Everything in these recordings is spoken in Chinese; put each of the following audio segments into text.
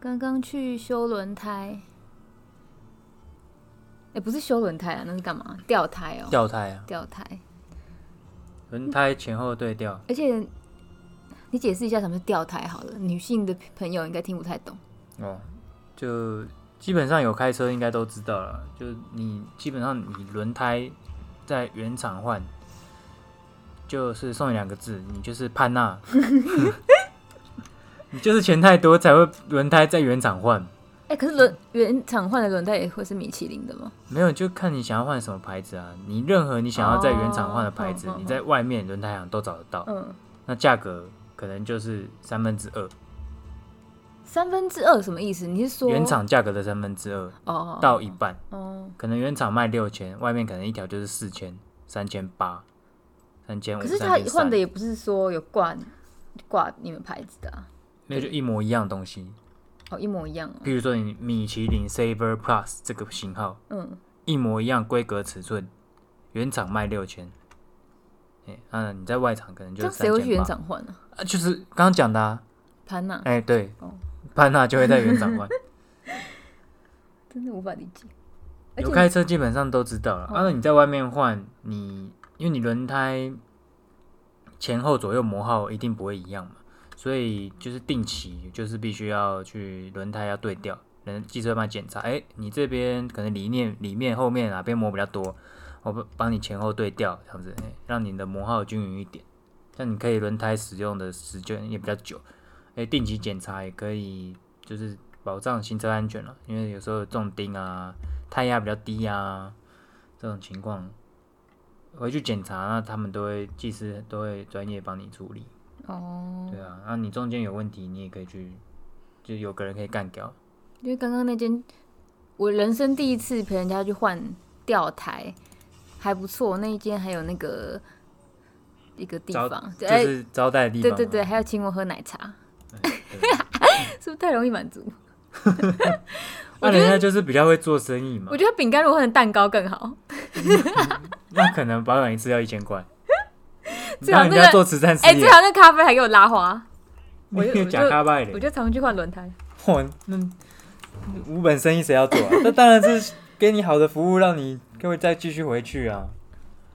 刚刚去修轮胎，哎、不是修轮胎啊，那是干嘛？吊胎哦，掉胎啊，吊胎。轮胎前后对调，而且你解释一下什么是吊胎好了，女性的朋友应该听不太懂。哦，就基本上有开车应该都知道了，就你基本上你轮胎在原厂换，就是送你两个字，你就是潘 娜，你就是钱太多才会轮胎在原厂换，哎、可是轮原厂换的轮胎也会是米其林的吗？没有就看你想要换什么牌子啊，你任何你想要在原厂换的牌子，哦嗯嗯你在外面轮胎行都找得到，嗯，那价格可能就是三分之二，三分之二什么意思？你是说原厂价格的三分之二哦到一半。哦，可能原厂卖六千，外面可能一条就是四千、三千八、三千五。可是他3300换的也不是说有挂挂你们牌子的啊，没有就一模一样的东西，哦，一模一样哦，譬如说你米其林 Saver Plus 这个型号嗯，一模一样规格尺寸，原厂卖六千，哎，啊你在外厂可能这就样三谁会去千原八，厂嗯换呢？啊就是刚刚讲的啊，潘娜、哎对哦，潘娜就会在原厂换，真的无法理解，而有且嗯开车基本上都知道了。啊，那你在外面换，你因为你轮胎前后左右磨耗一定不会一样嘛，所以就是定期就是必须要去轮胎要对调，人机车帮你检查，哎、你这边可能里面里面后面哪边磨比较多，我帮帮你前后对调，这样子、哎让你的磨耗均匀一点，这样你可以轮胎使用的时间也比较久。哎、定期检查也可以，就是保障行车安全了，因为有时候重钉啊。胎压比较低啊，这种情况回去检查，那他们都会技师都会专业帮你处理。哦，对啊，那你中间有问题，你也可以去，就有个人可以干掉。因为刚刚那间，我人生第一次陪人家去换吊台，还不错。那一间还有那个一个地招方，就哎是招待的地对方、哎对对，，还要请我喝奶茶， 是不是太容易满足？那我觉得人家就是比较会做生意嘛我，觉得饼干如果换成蛋糕更好，那可能保养一次要一千块。你最好让那人个家做慈善事哎、业最，好那咖啡还给我拉花，我就我就你 假咖拜我的，就常去换轮胎。哇，那无本生意谁要做啊？那当然是给你好的服务，让你各位再继续回去啊。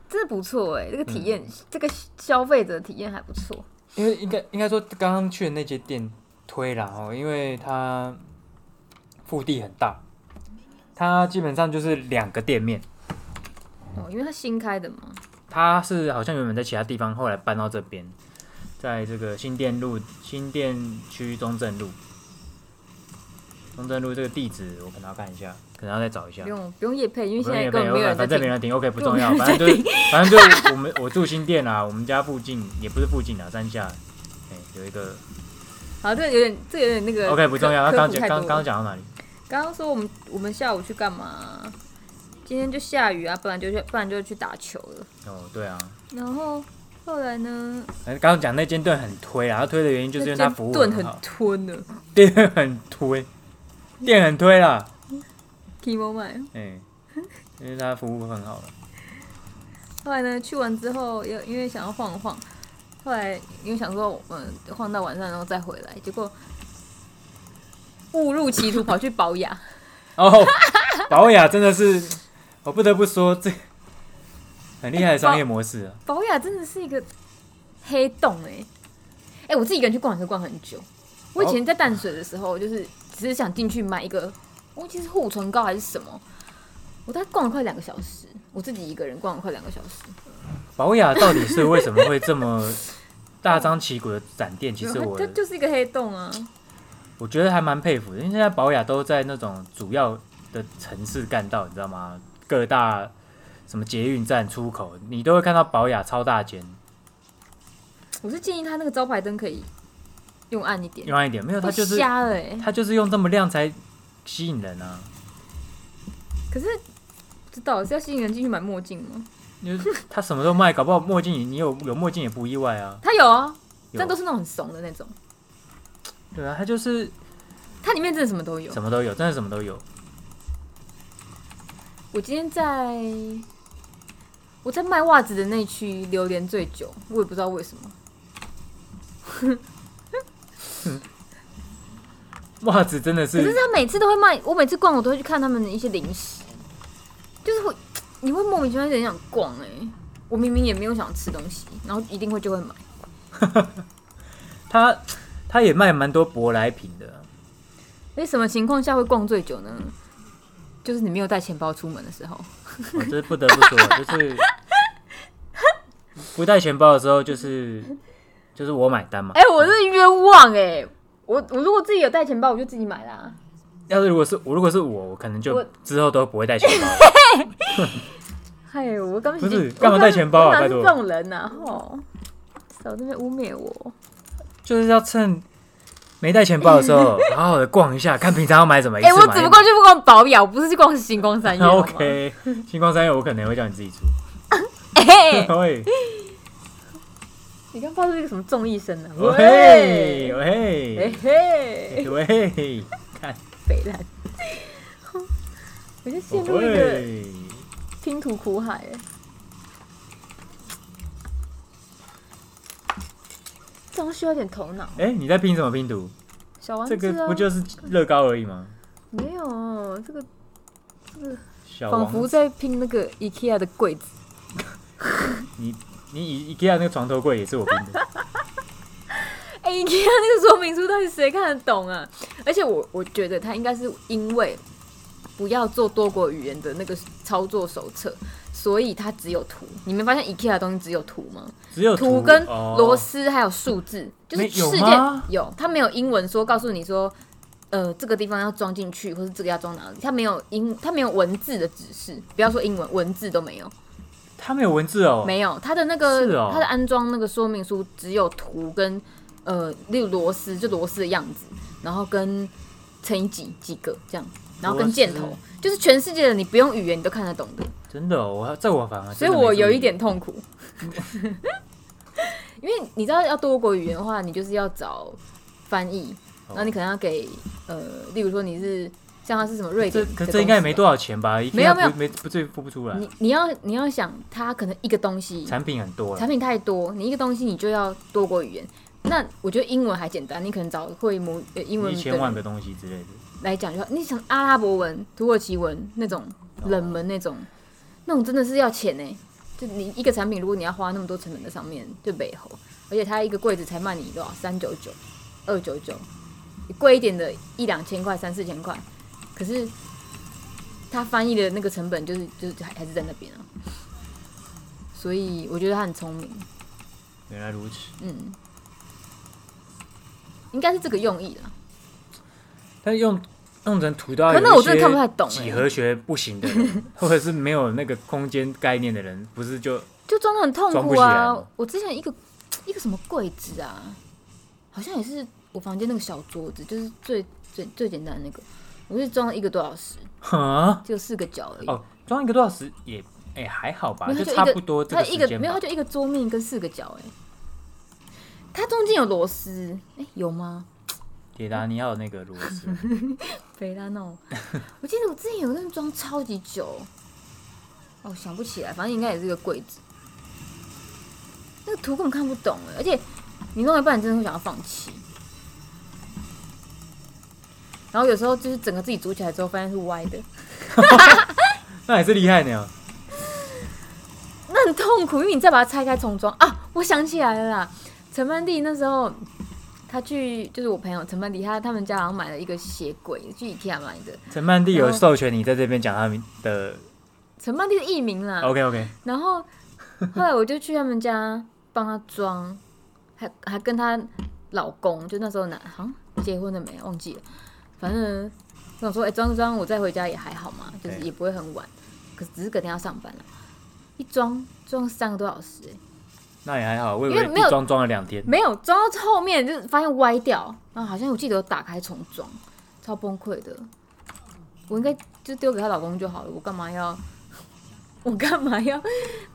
真的不错哎、这个体验，嗯这个消费者体验还不错。因为应该应该说刚刚去的那间店推啦哦，因为它腹地很大，它基本上就是两个店面，哦，因为它新开的嘛，它是好像原本在其他地方，后来搬到这边，在这个新店路新店区中正路，中正路这个地址我可能要看一下，可能要再找一下不。用不用夜配，因为不现用在也根本没有人在反正没听。人听，OK 不重没有要，人反正在就 反正就我们我住新店啦，我们家附近也不是附近啦，山下，哎、有一个好，这个有点，这个有点那个。 OK，不重要。那科刚普讲太多刚了刚讲到哪里？刚刚说我们我们下午去干嘛？今天就下雨啊，不然就去不然就去打球了。哦，对啊，然后后来呢？哎刚刚讲那间店很推啊，它推的原因就是因为它服务顿很很好，吞的店很推，店很推啦， ，Kimo 麦。哎，因为它服务很好了。后来呢，去完之后又因为想要晃晃，后来因为想说嗯晃到晚上然后再回来，结果误入歧途跑去保雅，哦， 保雅真的是，我不得不说这很厉害的商业模式啊。保雅真的是一个黑洞哎、哎、我自己一个人去逛也是逛很久。我以前在淡水的时候，就是只是想进去买一个，忘记是护唇膏还是什么，我大概逛了快两个小时，我自己一个人逛了快两个小时。保雅到底是为什么会这么大张旗鼓的展店？其实我它它就是一个黑洞啊，我觉得还蛮佩服的，因为现在保雅都在那种主要的城市干道，你知道吗？各大什么捷运站出口，你都会看到保雅超大间，我是建议它那个招牌灯可以用暗一点，用暗一点，没有它会就是瞎了哎、它就是用这么亮才吸引人啊，可是不知道是要吸引人进去买墨镜吗？因为它什么都卖，搞不好墨镜你有有墨镜也不意外啊。它有啊，有但都是那种很怂的那种，对啊，它就是它里面真的什么都有。什么都有，真的什么都有。我今天在我在卖袜子的那区流连最久，我也不知道为什么。袜子真的可是是，他每次都会卖，我每次逛我都会去看他们的一些零食，就是会你会莫名其妙有点想逛哎、我明明也没有想吃东西，然后一定会就会买。他他也卖蛮多舶来品的啊、所以什么情况下会逛最久呢？就是你没有带钱包出门的时候，我这不得不说，就是不带钱包的时候，就是就是我买单嘛。哎、我是冤枉哎、我我如果自己有带钱包，我就自己买啦、要是如果是我，如果是我，我可能就我之后都不会带钱包了。嗨，我刚不是干嘛带钱包啊我哪是拜托这种人呐、啊？吼，少在那边污蔑我。就是要趁没带钱包的时候，好好的逛一下，看平常要买什么。一哎、次我买只不过去不逛保养，不是去逛星光 三月。好吗 OK，星光三月我可能会叫你自己出。哎、 喂你刚发出一个什么综艺声呢？哦喂嘿喂嘿，喂，看北 兰，哦我就陷入一个喂，拼图苦海欸。这种需要点头脑。哎，你在拼什么拼图？小丸子这啊，个不就是乐高而已吗？没有这个，小仿佛王，在拼那个 IKEA 的柜子。你你 IKEA 那个床头柜也是我拼的，哎、你看那个说明书到底谁看得懂啊？而且我我觉得他应该是因为不要做多国语言的那个操作手册，所以它只有图。你没发现 IKEA 的东西只有图吗？只有图跟哦螺丝还有数字，就是没有世界吗有，它没有英文说告诉你说，呃，这个地方要装进去，或是这个要装哪里，它没有英，它没有文字的指示，不要说英文，文字都没有，它没有文字哦，没有它的那个是哦它的安装那个说明书只有图跟呃，例如螺丝就螺丝的样子，然后跟乘以几几个这样，然后跟螺丝箭头，就是全世界的你不用语言你都看得懂的。真的哦，我这我反而所真以的没我注意有一点痛苦， 因为你知道要多国语言的话，你就是要找翻译，哦然后你可能要给呃，例如说你是像他是什么瑞典的东这西吧，可这应该也没多少钱吧？没有 IKEA 没有不没不至于付不出来，你你要你要想，它可能一个东西产品很多了产，品太多，你一个东西你就要多国语言。那我觉得英文还简单，你可能找会母呃英文一的千万个东西之类的。来讲就好。你想阿拉伯文、土耳其文那种冷门那种，那种真的是要钱呢、就你一个产品，如果你要花那么多成本在上面，就北猴，而且它一个柜子才卖你多少？三九九、二九九，贵一点的一两千块、三四千块，可是它翻译的那个成本就是就是还还是在那边啊。所以我觉得他很聪明，原来如此，嗯，应该是这个用意啦。但是用弄成土到可那我真的看不太懂欸几何学不行的 人，或者是没有那个空间概念的人，不是就就装的很痛装不苦起来啊吗！我之前一个一个什么柜子啊，好像也是我房间那个小桌子，就是最最最简单的那个，我是装了一个多小时，哈只有四个角而已。哦装一个多小时也哎、还好吧，没有它就差一个不多这它个一时个间没有，吧它。就一个桌面跟四个角、哎，它中间有螺丝，哎、有吗？铁达尼号那个螺丝，肥拉诺， 我记得我之前有那个装超级久，哦，想不起来，反正应该也是一个柜子。那个图根本看不懂哎，而且你弄一半，你真的会想要放弃。然后有时候就是整个自己组起来之后，发现是歪的，那还是厉害呢。哦那很痛苦，因为你再把它拆开重装啊！我想起来了啦，陈曼迪那时候他去，就是我朋友陈曼迪，他他们家好像买了一个鞋柜，去 IKEA 买的。陈曼蒂有然后授权你在这边讲他们的陈曼迪是艺名啦， ，OK OK，然后后来我就去他们家帮他装，还还跟她老公，就那时候男好像结婚了没忘记了，反正我想说，哎、装一装，我再回家也还好嘛，就是哎也不会很晚，可是只是隔天要上班了，一装装三个多小时、哎那也还好，我以因为为没有一装装了两天，没有装到后面就是发现歪掉，然后好像我记得有打开重装，超崩溃的。我应该就丢给她老公就好了，我干嘛要 我干嘛要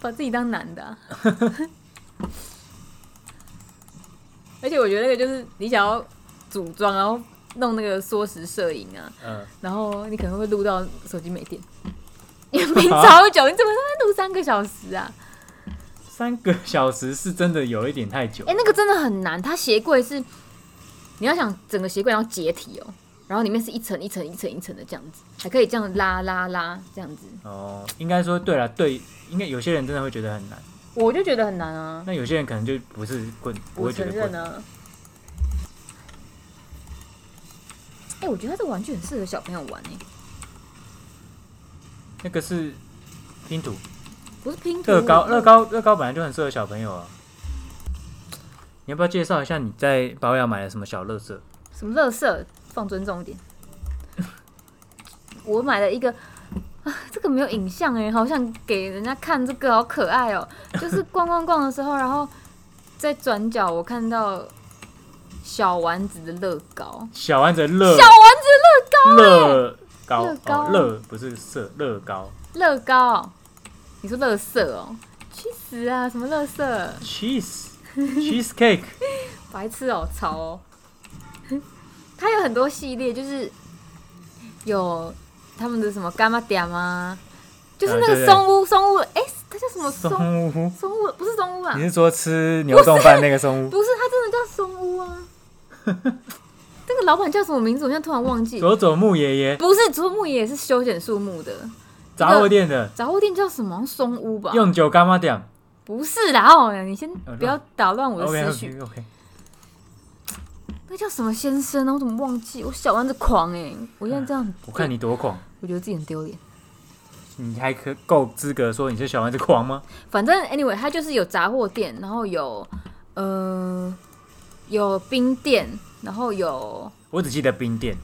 把自己当男的啊、 而且我觉得那个就是你想要组装，然后弄那个缩时摄影啊，嗯，然后你可能会录到手机没电， 也没超久，你怎么他妈录三个小时啊？三个小时是真的有一点太久哎、。那个真的很难，它鞋柜是你要想整个鞋柜然后解体哦，然后里面是一层一层一层一层的这样子，还可以这样拉拉拉这样子。哦，应该说对了，对，应该有些人真的会觉得很难，我就觉得很难啊，那有些人可能就不是棍，不我会觉承得认棍。啊。哎、我觉得这个玩具很适合小朋友玩诶、欸那个是拼图，不是拼图乐高，乐，高，乐高本来就很适合小朋友啊。你要不要介绍一下你在保养买了什么小乐色？什么乐色，放尊重一点。 我买了一个啊，这个没有影像哎、好想给人家看这个，好可爱哦、就是逛逛逛的时候，然后在转角我看到小丸子的乐高，小丸子乐小丸子乐高乐高哦乐不是色乐高，乐高，你说乐色哦？去死啊！什么乐色？ cheese cheesecake，白痴哦，潮哦。它有很多系列，就是有他们的什么干妈点啊，就是那啊对对个松屋松屋，哎、它叫什么松松屋。松屋？不是松屋 啊你，是说吃牛冻饭那个松屋？不是，它真的叫松屋啊。这个老板叫什么名字？我现在突然忘记。佐佐木爷爷不是竹木也是修剪树木的杂货店的杂货店叫什么？好像松屋吧？用酒干妈店。不是啦，哦，你先不要打乱我 OK 的思绪。 OK OK，那叫什么先生啊？我怎么忘记？我小丸子狂哎、我现在这样，我看你多狂，我觉得自己很丢脸。你还可够资格说你是小丸子狂吗？反正 anyway，它就是有杂货店，然后有呃有冰店，然后有我只记得冰店、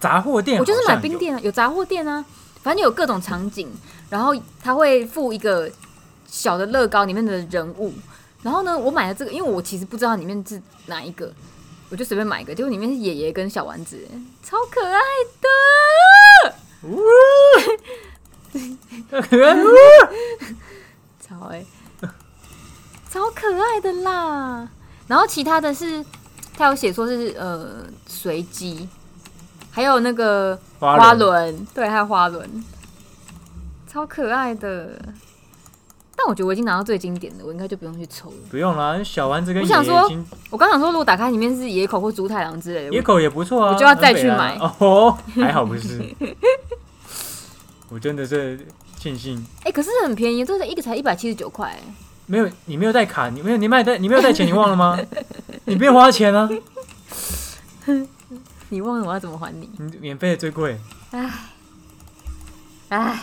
杂货店，我就是买冰。店啊，有杂货店啊，反正有各种场景，然后它会附一个小的乐高里面的人物，然后呢，我买了这个，因为我其实不知道里面是哪一个，我就随便买一个，结果里面是爷爷跟小丸子，超可爱的。超哎、 超可爱的啦。然后其他的是，他有写说是呃随机，还有那个 花花轮轮，对，还有花轮，超可爱的。但我觉得我已经拿到最经典的，我应该就不用去抽了。不用啦，小丸子跟我爷想爷说已经我刚想说，如果打开里面是野口或竹太郎之类野的，口也不错啊，我就要再去很北啊买哦。还好不是， 我真的是庆幸哎、可是很便宜，这个一个才一百七十九块欸，没有你没有带卡，你没有你没有带你没有带钱，你忘了 吗？你没有花钱啊，你忘了我要怎么还你？你免费的最贵，哎，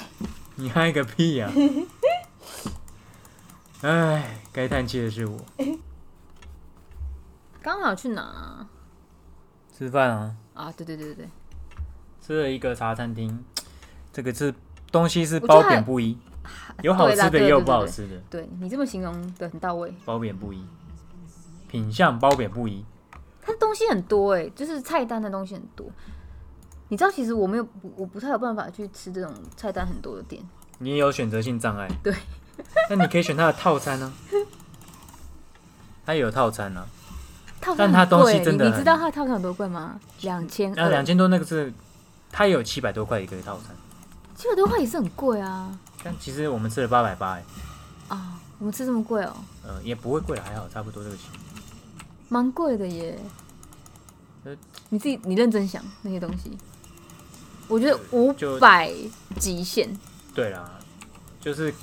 你嗨个屁 呀、唉，该叹气的是我。刚好去哪啊？吃饭啊，啊，对对对对对，吃了一个茶餐厅，这个是东西是我觉得褒还贬不一，有好对啦吃的对也有对不对好对吃的，对你这么形容，对，很到位。褒贬不一，品相褒贬不一。它的东西很多哎、就是菜单的东西很多。你知道，其实我没有，我我不太有办法去吃这种菜单很多的店。你也有选择性障碍，对， 那你可以选它的套餐呢、啊，它也有套餐嗯啊呢、套餐但它很东西贵真的你很你知道它的套餐有多贵吗？两千啊，那两二，千多那个是，它也有七百多块一个套餐，七百多块也是很贵啊但其实我们吃了八百八，哎啊！我们吃这么贵哦、呃，也不会贵了，还好，差不多这个钱。蛮贵的耶呃。你自己你认真想那些东西，我觉得五就百极限。对啦，就是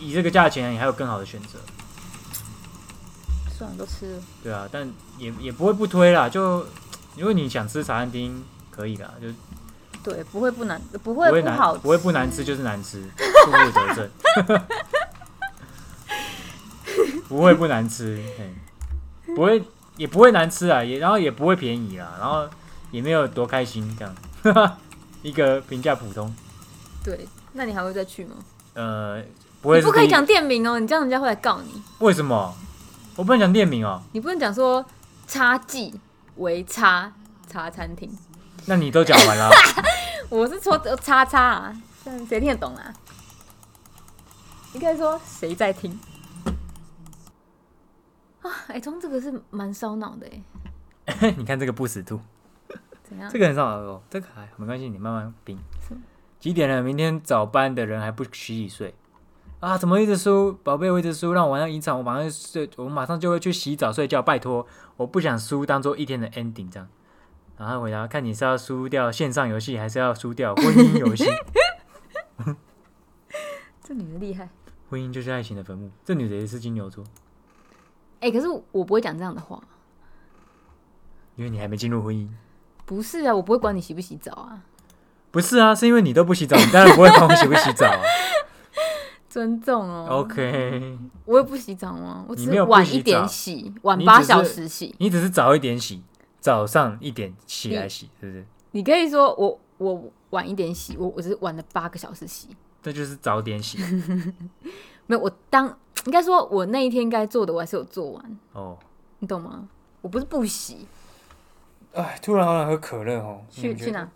以这个价钱，你还有更好的选择。算了，都吃了。对啊，但也也不会不推啦。就如果你想吃茶餐厅，可以啦，就对，不会不难，不不会会不好难，不会不难吃，就是难吃，负负得正。不会不难吃，嘿不会也不会难吃啊，也然后也不会便宜啦，然后也没有多开心这样，一个评价普通，对，那你还会再去吗？呃，不会你是不可以第一讲店名哦、你这样人家会来告你。为什么？我不能讲店名哦、你不能讲说差记为差茶餐厅，那你都讲完了，啊我是说呃叉叉啊，这样谁听得懂啊？应该说谁在听啊？哎、装这个是蛮烧脑的哎，你看这个不死兔。怎样这？个很少哦，这个还好没关系，你慢慢冰嗯是吗。几点了？明天早班的人还不洗洗睡啊？怎么一直输？宝贝，我一直输，让我玩到赢场，我马上就睡，我马上就会去洗澡睡觉，拜托，我不想输，当做一天的 ending 这样。然后他回答：看你是要输掉线上游戏，还是要输掉婚姻游戏？ 这女的厉害。婚姻就是爱情的坟墓。这女的也是金牛座，哎、可是我不会讲这样的话。因为你还没进入婚姻。不是啊，我不会管你洗不洗澡啊，不是啊，是因为你都不洗澡，你当然不会管我洗不洗澡啊。尊重哦。 OK，我有不洗澡吗？我只你没是有不晚洗一点澡洗，晚你八只小是时洗。你只是早一点洗，早上一点起来洗，嗯是不是？你可以说我我晚一点洗，我我只是晚了八个小时洗。这就是早 点洗没有，我当应该说我那一天该做的我还是有做完，哦。你懂吗？我不是不洗，哎，突然好想喝可乐哦。去去哪？？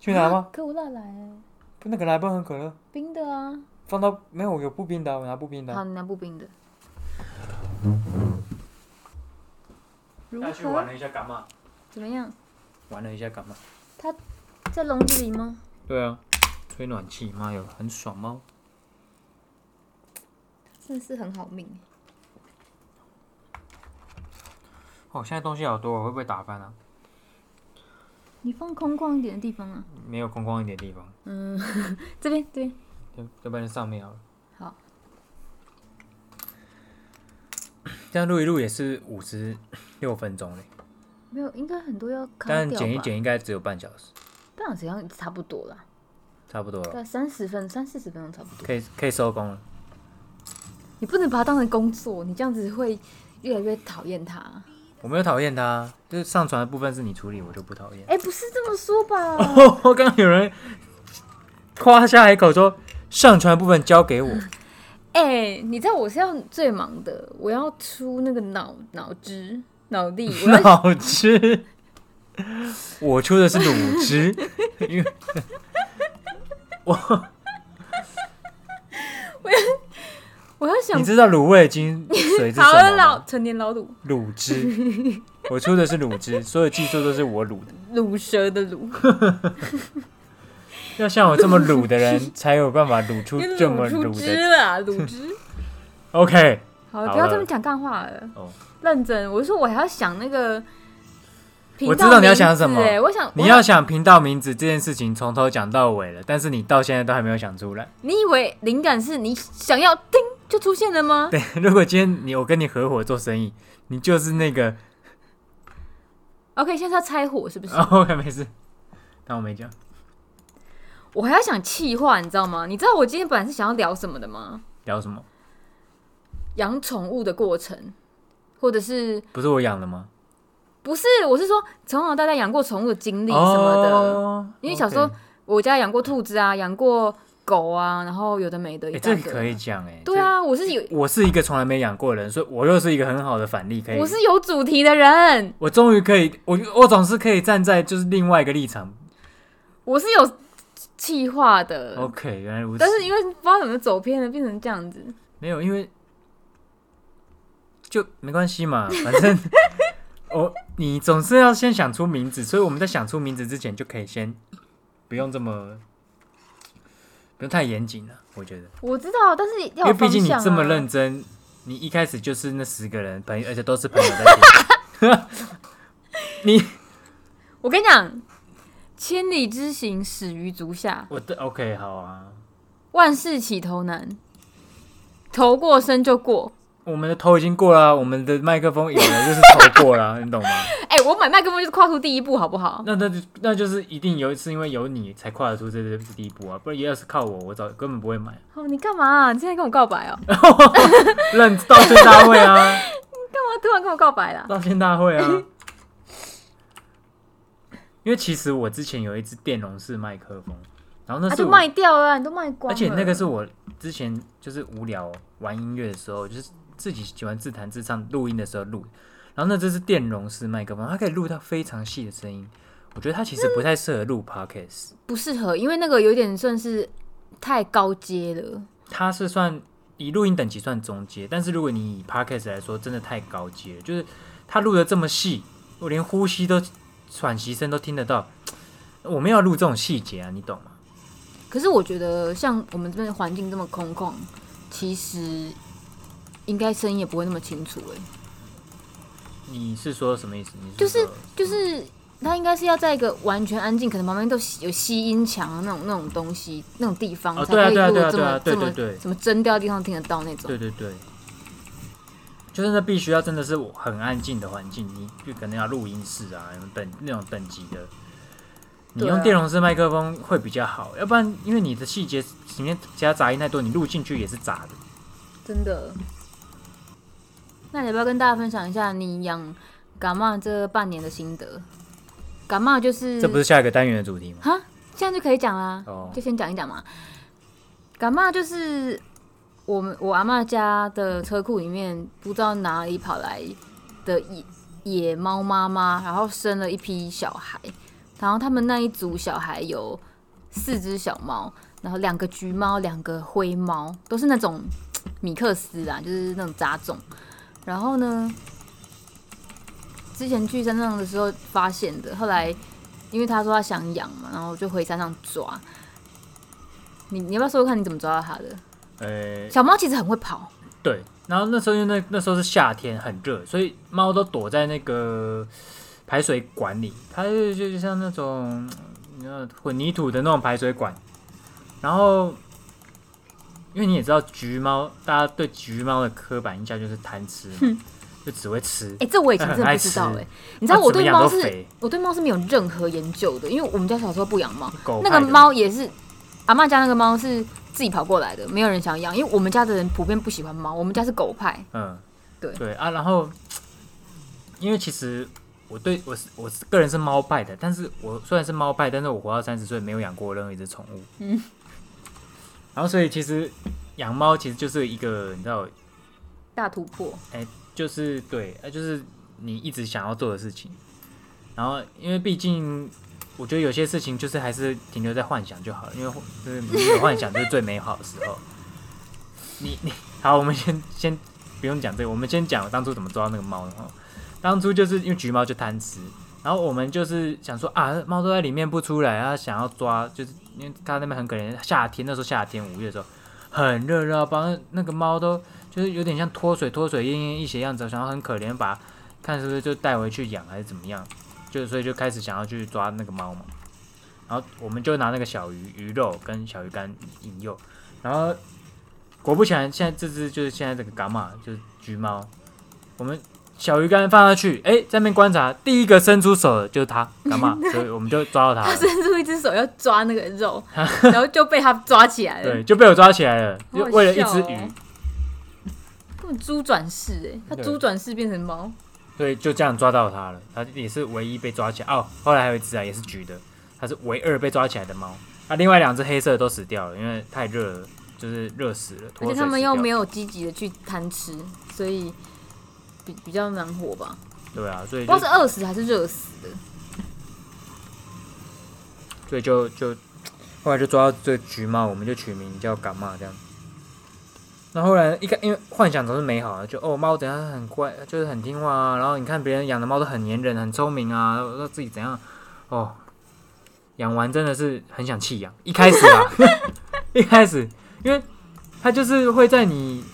去拿吗？可我辣来欸不，那个来不很可乐，冰的啊，放到没有有布冰的，我拿布冰好，。你拿不冰的。如下去玩何？了一下感冒，怎么样？玩了一下感冒。在笼子里吗？对啊，吹暖气，妈哟，很爽吗？真的是很好命。欸哦，现在东西好多，我会不会打翻啊？你放空旷一点的地方啊。没有空旷一点地方，嗯， 这边这边。要要不然就上面好了。好，这样录一录也是五十六分钟嘞，没有，应该很多要卡但掉剪一吧？剪应该只有半小时，半小时好像差不多啦，差不多了，对，三十分三四十分钟差不多。可以可以收工了。你不能把它当成工作，你这样子会越来越讨厌它。我没有讨厌他，就是上传的部分是你处理，我就不讨厌。 哎、不是这么说吧？我刚刚有人夸下海口说，上传的部分交 给我，哎、你知道我是要最忙的，我要出那个脑脑汁、脑 力，我要脑汁， 我出的是卤汁， 因为我要想你知道卤味精髓是什好了么老吗？成年老卤卤汁，我出的是卤汁，所有技术都是我卤的。卤蛇的卤，要像我这么卤 的人，才有办法卤出你这么卤出卤汁的。啦，卤 汁。 OK，好了，好不要了这么讲干话了。哦认真，我说我还要想那个频道名字。我知道你要想什么哎我想你我要想频道名字这件事情从头讲到尾了，但是你到现在都还没有想出来。 你以为灵感是你想要叮就出现了吗？对，如果今天你我跟你合伙做生意，你就是那 个 OK，现在是要拆火是不是？哦，OK，没事，当我没讲。我还要想气话，你知道吗？你知道我今天本来是想要聊什么的吗？聊什么？养宠物的过程，或者是不是我养的吗？不是？我是说从小到大养过宠物的经历什么的。哦因为小时候 OK 我家养过兔子啊，养过狗啊，然后有的没的，诶一大欸这堆。个可以讲哎、对啊，我是有这，我是一个从来没养过的人，所以我又是一个很好的反例，可以。我是有主题的人，我终于可以，我我总是可以站在就是另外一个立场。我是有气话的。 OK，原来如此。但是因为不知道怎么走偏了，变成这样子。没有，因为就没关系嘛， 反正我你总是要先想出名字，所以我们在想出名字之前就可以先不用这么不用太严谨了，我觉得，我知道，但是因要有为毕方竟你向啊这么认真，你一开始就是那十个人朋友，而且都是朋友在 听，你我跟你讲，千里之行，始于足下。我的 OK 好啊，万事起头难，头过身就过。我们的头已经过了啊，我们的麦克风有了就是头过了 啊，你懂吗？哎、我买麦克风就是跨出第一步，好不好？那那就那就是一定有是因为有你才跨得出这这第一步啊，不然要是靠我，我早根本不会买。哦，你干嘛、你现在跟我告白 哦？干认道歉大会啊， 嘛突然跟我告白啦？道歉大会啊。因为其实我之前有一支电容式麦克风，然后啊，那是就我，卖掉了啊，你都卖光了。而且那个是我之前就是无聊玩音乐的时候，就是自己喜欢自弹自唱录音的时候录。然后那这是电容式麦克风，它可以录到非常细的声音。我觉得它其实不太适合录 podcast，不适合，因为那个有点算是太高阶了。它是算以录音等级算中阶，但是如果你以 podcast 来说，真的太高阶了。就是它录的这么细，我连呼吸都、喘息声都听得到。我们要录这种细节啊，你懂吗？可是我觉得像我们这边的环境这么空旷，其实应该声音也不会那么清楚哎、你是说什么意思？你就是说就是它应该是要在一个完全安静，可能旁边都吸有吸音墙那种那种东西那种地方，哦才可以对啊录对啊这对啊么对这啊么对对对什么真调的地方听得到那种。对对对，就是那必须要真的是很安静的环境，你就可能要录音室啊，有等那种等级的。你对啊用电容式麦克风会比较好，要不然因为你的细节里面加杂音太多，你录进去也是杂的。真的。那你要不要跟大家分享一下你养感冒这半年的心得？感冒就是这不是下一个单元的主题吗？哈，现在就可以讲啦，哦就先讲一讲嘛。感冒就是我们我阿嬷家的车库里面不知道哪里跑来的野野猫妈妈，然后生了一批小孩，然后他们那一组小孩有四只小猫，然后两个橘猫，两个灰猫，都是那种米克斯啊，就是那种杂种。然后呢，之前去山上的时候发现的，后来因为他说他想养嘛，然后我就回山上抓。你你要不要说说看你怎么抓到它的？呃，小猫其实很会跑，对。然后那时候因为那那时候是夏天，很热，所以猫都躲在那个排水管里，它就就就像那种呃混凝土的那种排水管。然后，因为你也知道橘猫，大家对橘猫的刻板印象就是贪吃嘛，就只会吃哎、。这我以前真的不知 道哎、你知道我对它怎猫么养都是，肥我对猫是没有任何研究的，因为我们家小时候不养猫，狗那派个的猫也是阿嬷家那个猫是自己跑过来的，没有人想养，因为我们家的人普遍不喜欢猫，我们家是狗派，嗯，对对啊，然后因为其实我对我是我是个人是猫派的，但是我虽然是猫派，但是我活到三十岁没有养过任何一只宠物，嗯，然后所以其实养猫其实就是一个你知道，大突破，就是对，呃，就是你一直想要做的事情，然后因为毕竟。我觉得有些事情就是还是停留在幻想就好了，因为就是没有幻想就是最美好的时候。 你你好，我们先先不用讲这个，我们先讲我当初怎么抓到那个猫的哦。当初就是因为橘猫就贪吃，然后我们就是想说啊，猫都在里面不出来，啊，想要抓，就是因为它那边很可怜，夏天那时候夏天五月的时候很热热，帮那个猫都就是有点像脱水脱水奄奄一息的样子，想要很可怜，把它看是不是就带回去养还是怎么样，就所以就开始想要去抓那个猫嘛。然后我们就拿那个小鱼鱼肉跟小鱼干引诱，然后果不其然，现在这只就是现在这个伽马就是橘猫，我们小鱼干放下去，哎、在那边观察，第一个伸出手的就是它伽马，所以我们就抓到它它了，伸出一只手要抓那个 肉，然后就被它抓起来了对，，就被我抓起来了，好就好为了一只笑哦鱼，根本猪转世哎，它对猪转世变成猫，所以就这样抓到它了，它也是唯一被抓起来。哦，后来还有一只啊，也是橘的，它是唯二被抓起来的猫。那、另外两只黑色的都死掉了，因为太热了，就是热死了。而且它们又没有有积极的去贪吃，所以比比较难活吧。对啊，所以不知道就是饿死还是热死的。所以就就后来就抓到这个橘猫，我们就取名叫伽马这样。那后来一看，因为幻想总是美好的，就哦猫怎样很乖，就是很听话啊。然后你看别人养的猫都很粘人、很聪明啊，然后自己怎样哦，养完真的是很想弃养。一开始啊， 一开始，因为它就是会在你，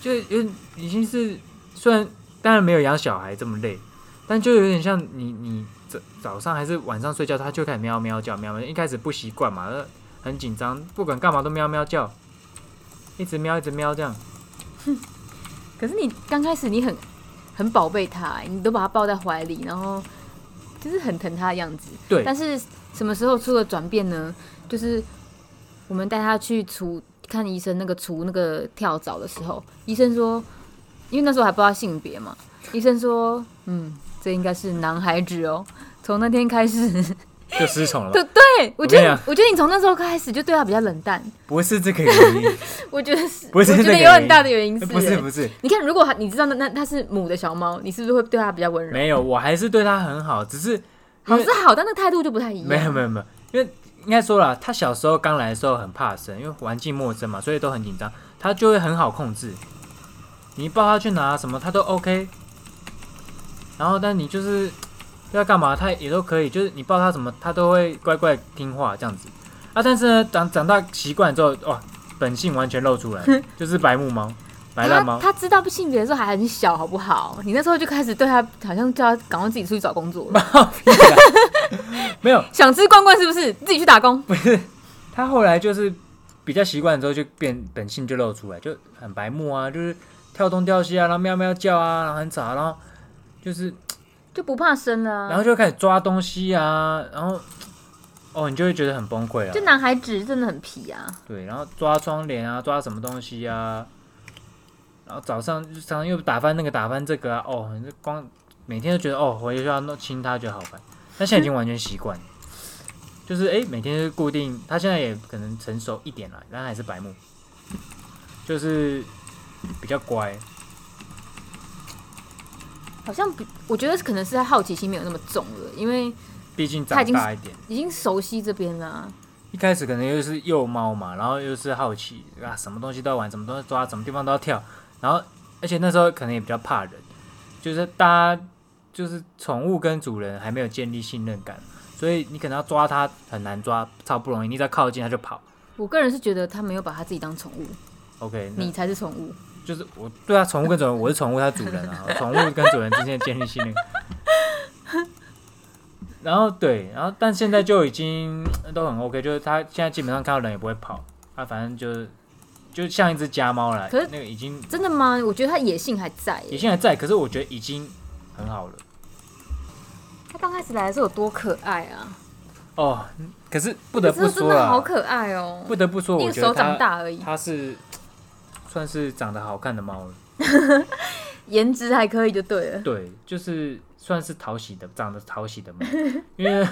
就有已经是虽然当然没有养小孩这么累，但就有点像你你早早上还是晚上睡觉，它就开始喵喵叫喵喵。一开始不习惯嘛，呃很紧张，不管干嘛都喵喵叫，一直喵一直喵这样。可是你刚开始你很很宝贝它、你都把它抱在怀里，然后就是很疼它的样子。对但是什么时候出了转变呢？就是我们带它去除看医生那个除那个跳蚤的时候，医生说，因为那时候还不知道性别嘛，医生说，嗯，这应该是男孩子哦。从那天开始，就失宠了吧对对，我觉我得跟你讲你我觉得你从那时候开始就对它比较冷淡，不是这个原因，我觉得是，不是我觉那得个有原因很大的原因是、不是欸不是，你看，如果它你知道那那它是母的小猫，你是不是会对它比较温柔？没有，我还是对它很好，只是因好为是好，但那态度就不太一样。没有没有没有，因为应该说了，他小时候刚来的时候很怕生，因为环境陌生嘛，所以都很紧张，他就会很好控制。你抱他去拿什么，他都 OK。然后，但你就是要干嘛，他也都可以，就是你抱他什么，他都会乖乖听话这样子。啊，但是呢，长长大习惯之后，哇，本性完全露出来，就是白目猫，白烂 他猫，他知道性别的时候还很小，好不好？你那时候就开始对他，好像叫他赶快自己出去找工作了。 没有，想吃罐罐是不是？自己去打工。他后来就是比较习惯之后，就变本性就露出来，就很白目啊，就是跳东跳西啊，然后喵喵叫啊，然后很吵，然后就是就不怕生啊了、然后就开始抓东西啊，然后哦，你就会觉得很崩溃就啊。男孩子真的很皮啊，对，然后抓窗帘啊，抓什么东西啊，然后早上就常常又打翻那个打翻这个啊，哦，你就光每天都觉得哦，回去就要弄亲他，觉得好烦。但现在已经完全习惯了，就是哎、每天就是固定，他现在也可能成熟一点了，但还是白目，就是比较乖。好像比我觉得可能是他好奇心没有那么重了，因为毕竟他长已经大一点，已经熟悉这边了啊、一开始可能又是幼猫嘛，然后又是好奇啊，什么东西都要玩，什么东西抓，什么地方都要跳，然后而且那时候可能也比较怕人，就是大家就是宠物跟主人还没有建立信任感，所以你可能要抓它很难抓，超不容易，你只要靠近它就跑。我个人是觉得他没有把他自己当宠物， OK，那你才是宠物。就是我对啊，宠物跟主人，我是宠物，它是主 人啊，宠物跟主人之间的建立信任感。 然后对，然后但现在就已经都很 OK，就是它现在基本上看到人也不会跑，它反正就是就像一只家猫啦。可是那个已经真的吗？我觉得他野性还在耶也现在在，可是我觉得已经很好了他刚开始来的时候有多可爱啊！哦。可是不不得不真说的好啦，可爱哦、不得不说，那我个觉时候得长它大而已，它是算是长得好看的猫了，颜值还可以就对了。对，就是算是讨喜的，长得讨喜的猫。因为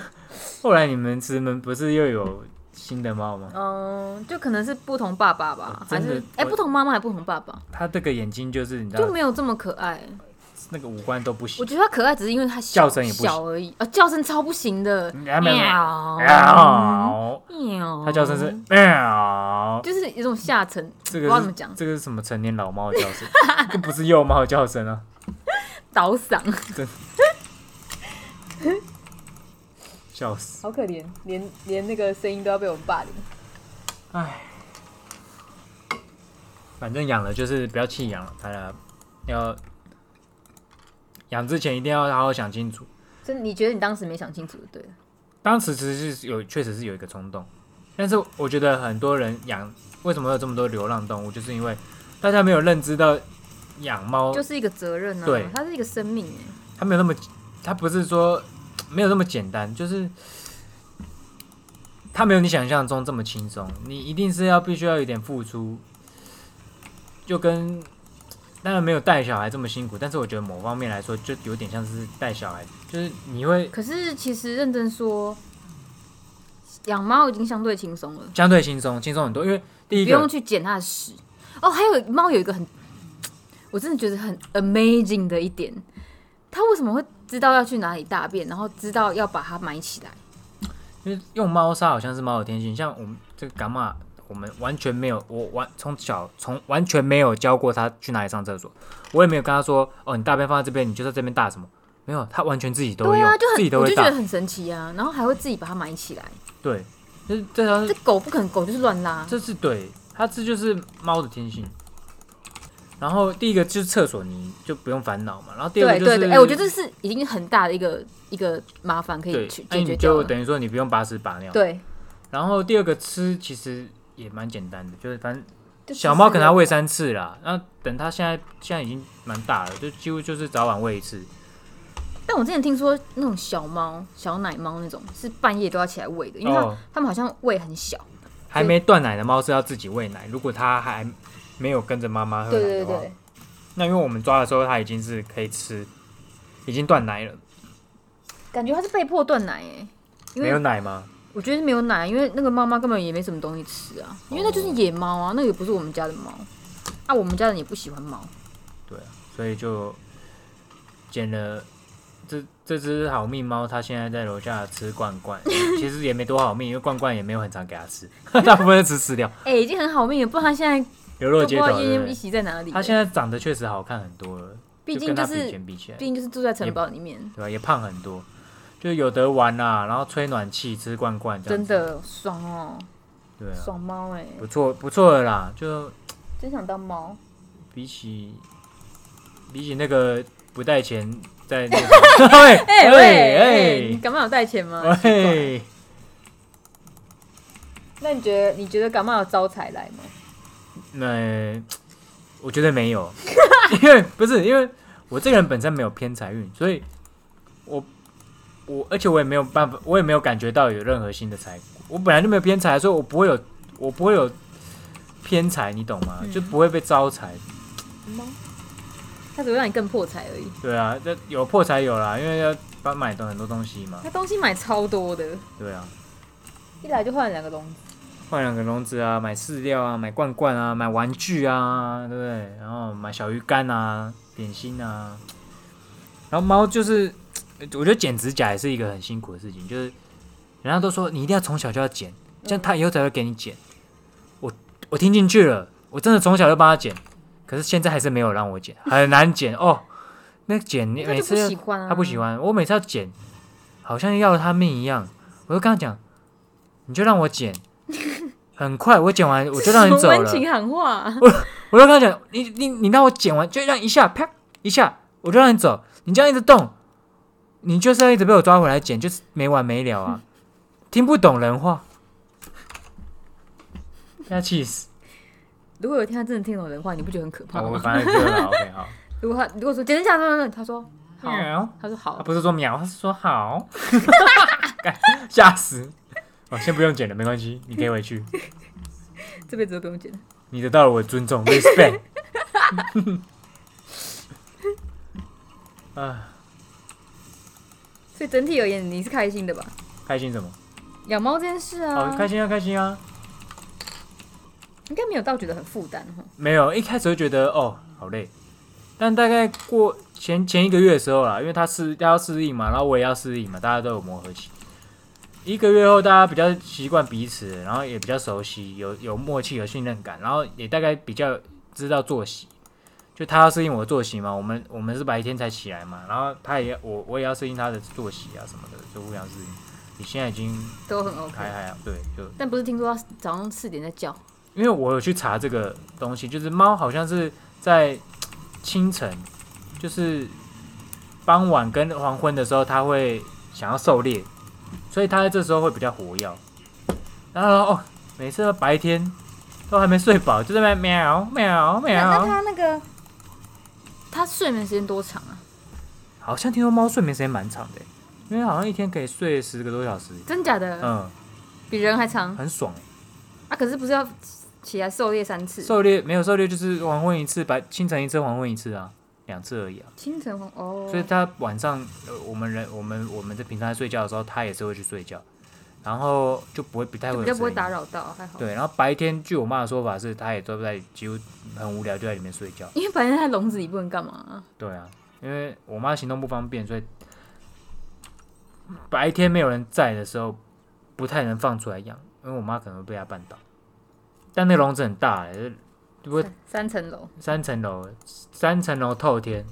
后来你们石门不是又有新的猫吗？嗯，就可能是不同爸爸吧我，哦真还的是哎、我不同妈妈还不同爸爸，它这个眼睛就是你知就道，没有这么可爱。那个五官都不我行。觉得他可爱，只是因为他小叫声也不行小而已，啊，叫声超不行的，嗯喵啊没有没喵，有喵，它他叫声是喵，就是一种下沉，这不知道个怎么是讲这个是什么成年老猫的叫声？这不是幼猫的叫声啊！倒嗓，笑死！好可怜，连连那个声音都要被我们霸凌。唉，反正养了就是不要弃养了，大家要养之前一定要好好想清楚。所以你觉得你当时没想清楚，对了？当时其实是有，确实是有一个冲动，但是我觉得很多人养为什么会有这么多流浪动物，就是因为大家没有认知到养猫，就是一个责任啊，对它是一个生命哎、它没有那么，它不是说没有那么简单，就是它没有你想象中这么轻松，你一定是要必须要有点付出，就跟当然没有带小孩这么辛苦，但是我觉得某方面来说，就有点像是带小孩，就是你会可是其实认真说，养猫已经相对轻松了，相对轻松，轻松很多，因为第一不个用去捡它的屎。哦，还有猫有一个很，我真的觉得很 amazing 的一点，它为什么会知道要去哪里大便，然后知道要把它埋起来？因为用猫砂好像是猫的天性，像我们这个伽马，我们完全没有，我完从小从完全没有教过它去哪里上厕所，我也没有跟它说，哦，你大便放在这边，你就在这边大什么，没有，它完全自己都会对用，啊，就自己很都我会就觉大得，很神奇啊，然后还会自己把它埋起来。对，就是这条这狗不可能，狗就是乱拉。这是对，它这就是猫的天性。然后第一个就是厕所你就不用烦恼嘛，然后第二对个就是，对对，哎、我觉得这是已经很大的一个一个麻烦可以对去，那解决你掉就了。等于说你不用把屎把尿，对，然后第二个吃其实也蛮简单的，就是反正。就小猫可能要喂三次啦，那等它现在现在已经蛮大了，就几乎就是早晚喂一次。但我之前听说那种小猫、小奶猫那种是半夜都要起来喂的，因为它、哦它们好像胃很小。还没断奶的猫是要自己喂奶，如果它还没有跟着妈妈喝奶的话，，那因为我们抓的时候它已经是可以吃，已经断奶了，感觉它是被迫断奶哎、因没有为奶吗？我觉得是没有奶，因为那个妈妈根本也没什么东西吃啊，因为那就是野猫啊，那也不是我们家的猫啊，我们家人也不喜欢猫。对啊，所以就捡了这这只好命猫，它现在在楼下吃罐罐， 其实也没多好命，因为罐罐也没有很常给它吃， 大部分都吃饲料，哎、已经很好命了，不然它现在流都落不街知头。道对奄奄不一对息在哪里。它现在长得确实好看很多了，毕就竟跟它就比以是前比起来毕。竟就是住在城堡里面，对吧、也胖很多，就有得玩啦、然后吹暖气、吃罐罐这样真子，的爽哦，对啊，爽猫哎、不错不错的啦，就真想当猫。比起比起那个不带钱在那 个 喂哎喂哎，你喂感冒有带钱吗？哎喂，那你觉得你觉得感冒有招财来吗？那我觉得没有，因为不是因为我这个人本身没有偏财运，所以我我而且我也没有办法，我也没有感觉到有任何新的财，我本来就没有偏财，所以我不会有我不会有偏财，你懂吗？嗯就不会被招财。它只会让你更破财而已。对啊，这有破财有啦，因为要帮买的很多东西嘛。它东西买超多的，对啊，一来就换了两个东西。换两个笼子啊，买饲料啊，买罐罐啊，买玩具啊，对不对？然后买小鱼干啊，点心啊。然后猫就是，我觉得剪指甲也是一个很辛苦的事情，就是人家都说你一定要从小就要剪，这样它以后才会给你剪。我我听进去了，我真的从小就帮它剪，可是现在还是没有让我剪，很难剪哦。那剪你他每就次不喜欢啊，他不喜。欢。我每次要剪，好像要了他命一样。我就跟他讲，你就让 我剪，很快我剪完我就让你走温了。情喊话啊，我就跟他讲，你你你让我剪完，就让一下啪一下，我就让你走。你这样一直动，你就是要一直被我抓回来剪，就是没完没 了啊！听不懂人话，被他气死。如果有一天他真的听懂人话，你不觉得很可怕好，哦我吗？反正就了。OK，好。如果他如果说简单讲，讲讲他说好，喵他说他好，不是说秒，他是说好， 干吓死！哦，先不用剪了，没关系，你可以回去。这辈子都不用剪。你得到了我的尊重，respect。啊，所以整体而言，你是开心的吧？开心什么？养猫这件事好、啊，开心啊，开心啊！应该没有到觉得很负担哈。没有，一开始会觉得哦，好累，但大概过前前一个月的时候啦，因为他适他要适应嘛，然后我也要适应嘛，大家都有磨合期。一个月后，大家比较习惯彼此，然后也比较熟悉，有有默契，有信任感，然后也大概比较知道作息。就他要适应我的作息嘛，我们我们是白天才起来嘛，然后他也我我也要适应他的作息啊什么的，就互相适应。你现在已经都很 OK，还还好，对，就但不是听说他早上四点在叫，因为我有去查这个东西，就是猫好像是在清晨，就是傍晚跟黄昏的时候，它会想要狩猎，所以它在这时候会比较活跃。然后哦，每次到白天都还没睡饱，就在那边喵喵那那喵。他那个他睡眠时间多长啊？好像听说猫睡眠时间蛮长的，因为好像一天可以睡十个多小时，真假的？嗯，比人还长很爽。欸啊？可是不是要起来狩猎三次？狩猎没有狩猎就是黄昏一次，白清晨一次，黄昏一次啊，两次而已啊。清晨红哦，所以他晚上，呃，我们人我们我们在平常在睡觉的时候，他也是会去睡觉，然后就不会不太就会比有较不会声音打扰到，还好。对，然后白天据我妈的说法是，她也都在几乎很无聊就在里面睡觉。因为反正在笼子里不能干嘛啊、对啊，因为我妈行动不方便，所以白天没有人在的时候，不太能放出来养，因为我妈可能会被她绊倒。但那个笼子很大、欸，就是如果三三层楼，三层楼，三层楼透天，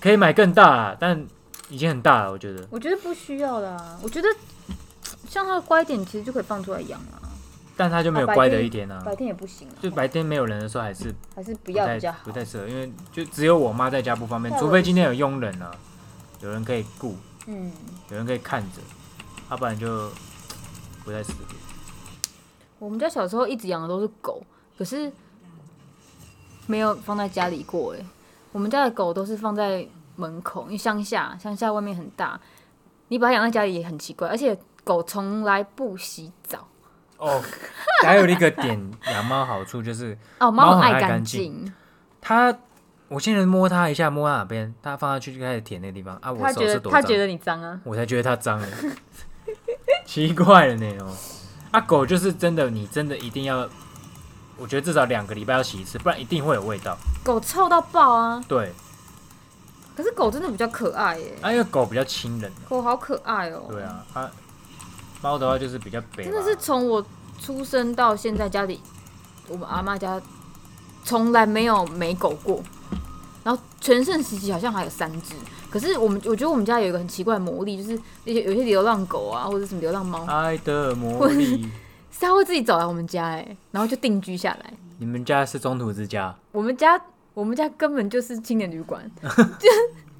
可以买更大啦，但已经很大了，我觉得。我觉得不需要啦。我觉得像它乖一点，其实就可以放出来养啦。但它就没有啊白乖的天一天啊，白天也不行啊，就白天没有人的时候还是还是不不要太比较好不。太适合，因为就只有我妈在家不方便，太除危非今天有佣人啊，有人可以顾，嗯，有人可以看着，要不然就不太适合。我们家小时候一直养的都是狗，可是没有放在家里过哎、我们家的狗都是放在门口，因为乡下乡下外面很大，你把它养在家里也很奇怪，而且狗从来不洗澡。哦， 还有一个点养猫好处就是哦，猫猫很爱爱干干净，它。我现在摸它一下，摸它哪边，它放下去就开始舔那个地方啊！我它手觉是得多它脏。觉得你脏啊，我才觉得它脏了，奇怪了呢哦。啊，狗就是真的，你真的一定要，我觉得至少两个礼拜要洗一次，不然一定会有味道。狗臭到爆啊！对，可是狗真的比较可爱耶、啊，因为狗比较亲人，狗好可爱哦、对，啊，啊，猫的话就是比较北吧，真的是从我出生到现在，家里我们阿妈家从来没有没狗过。然后全盛时期好像还有三只，可是我们我觉得我们家有一个很奇怪的魔力，就是有些有些流浪狗啊，或者什嗯么流浪猫，爱的魔力。是它会自己走来我们家哎、然后就定居下来。你们家是中途之家，我们家我们家根本就是青年旅馆，就是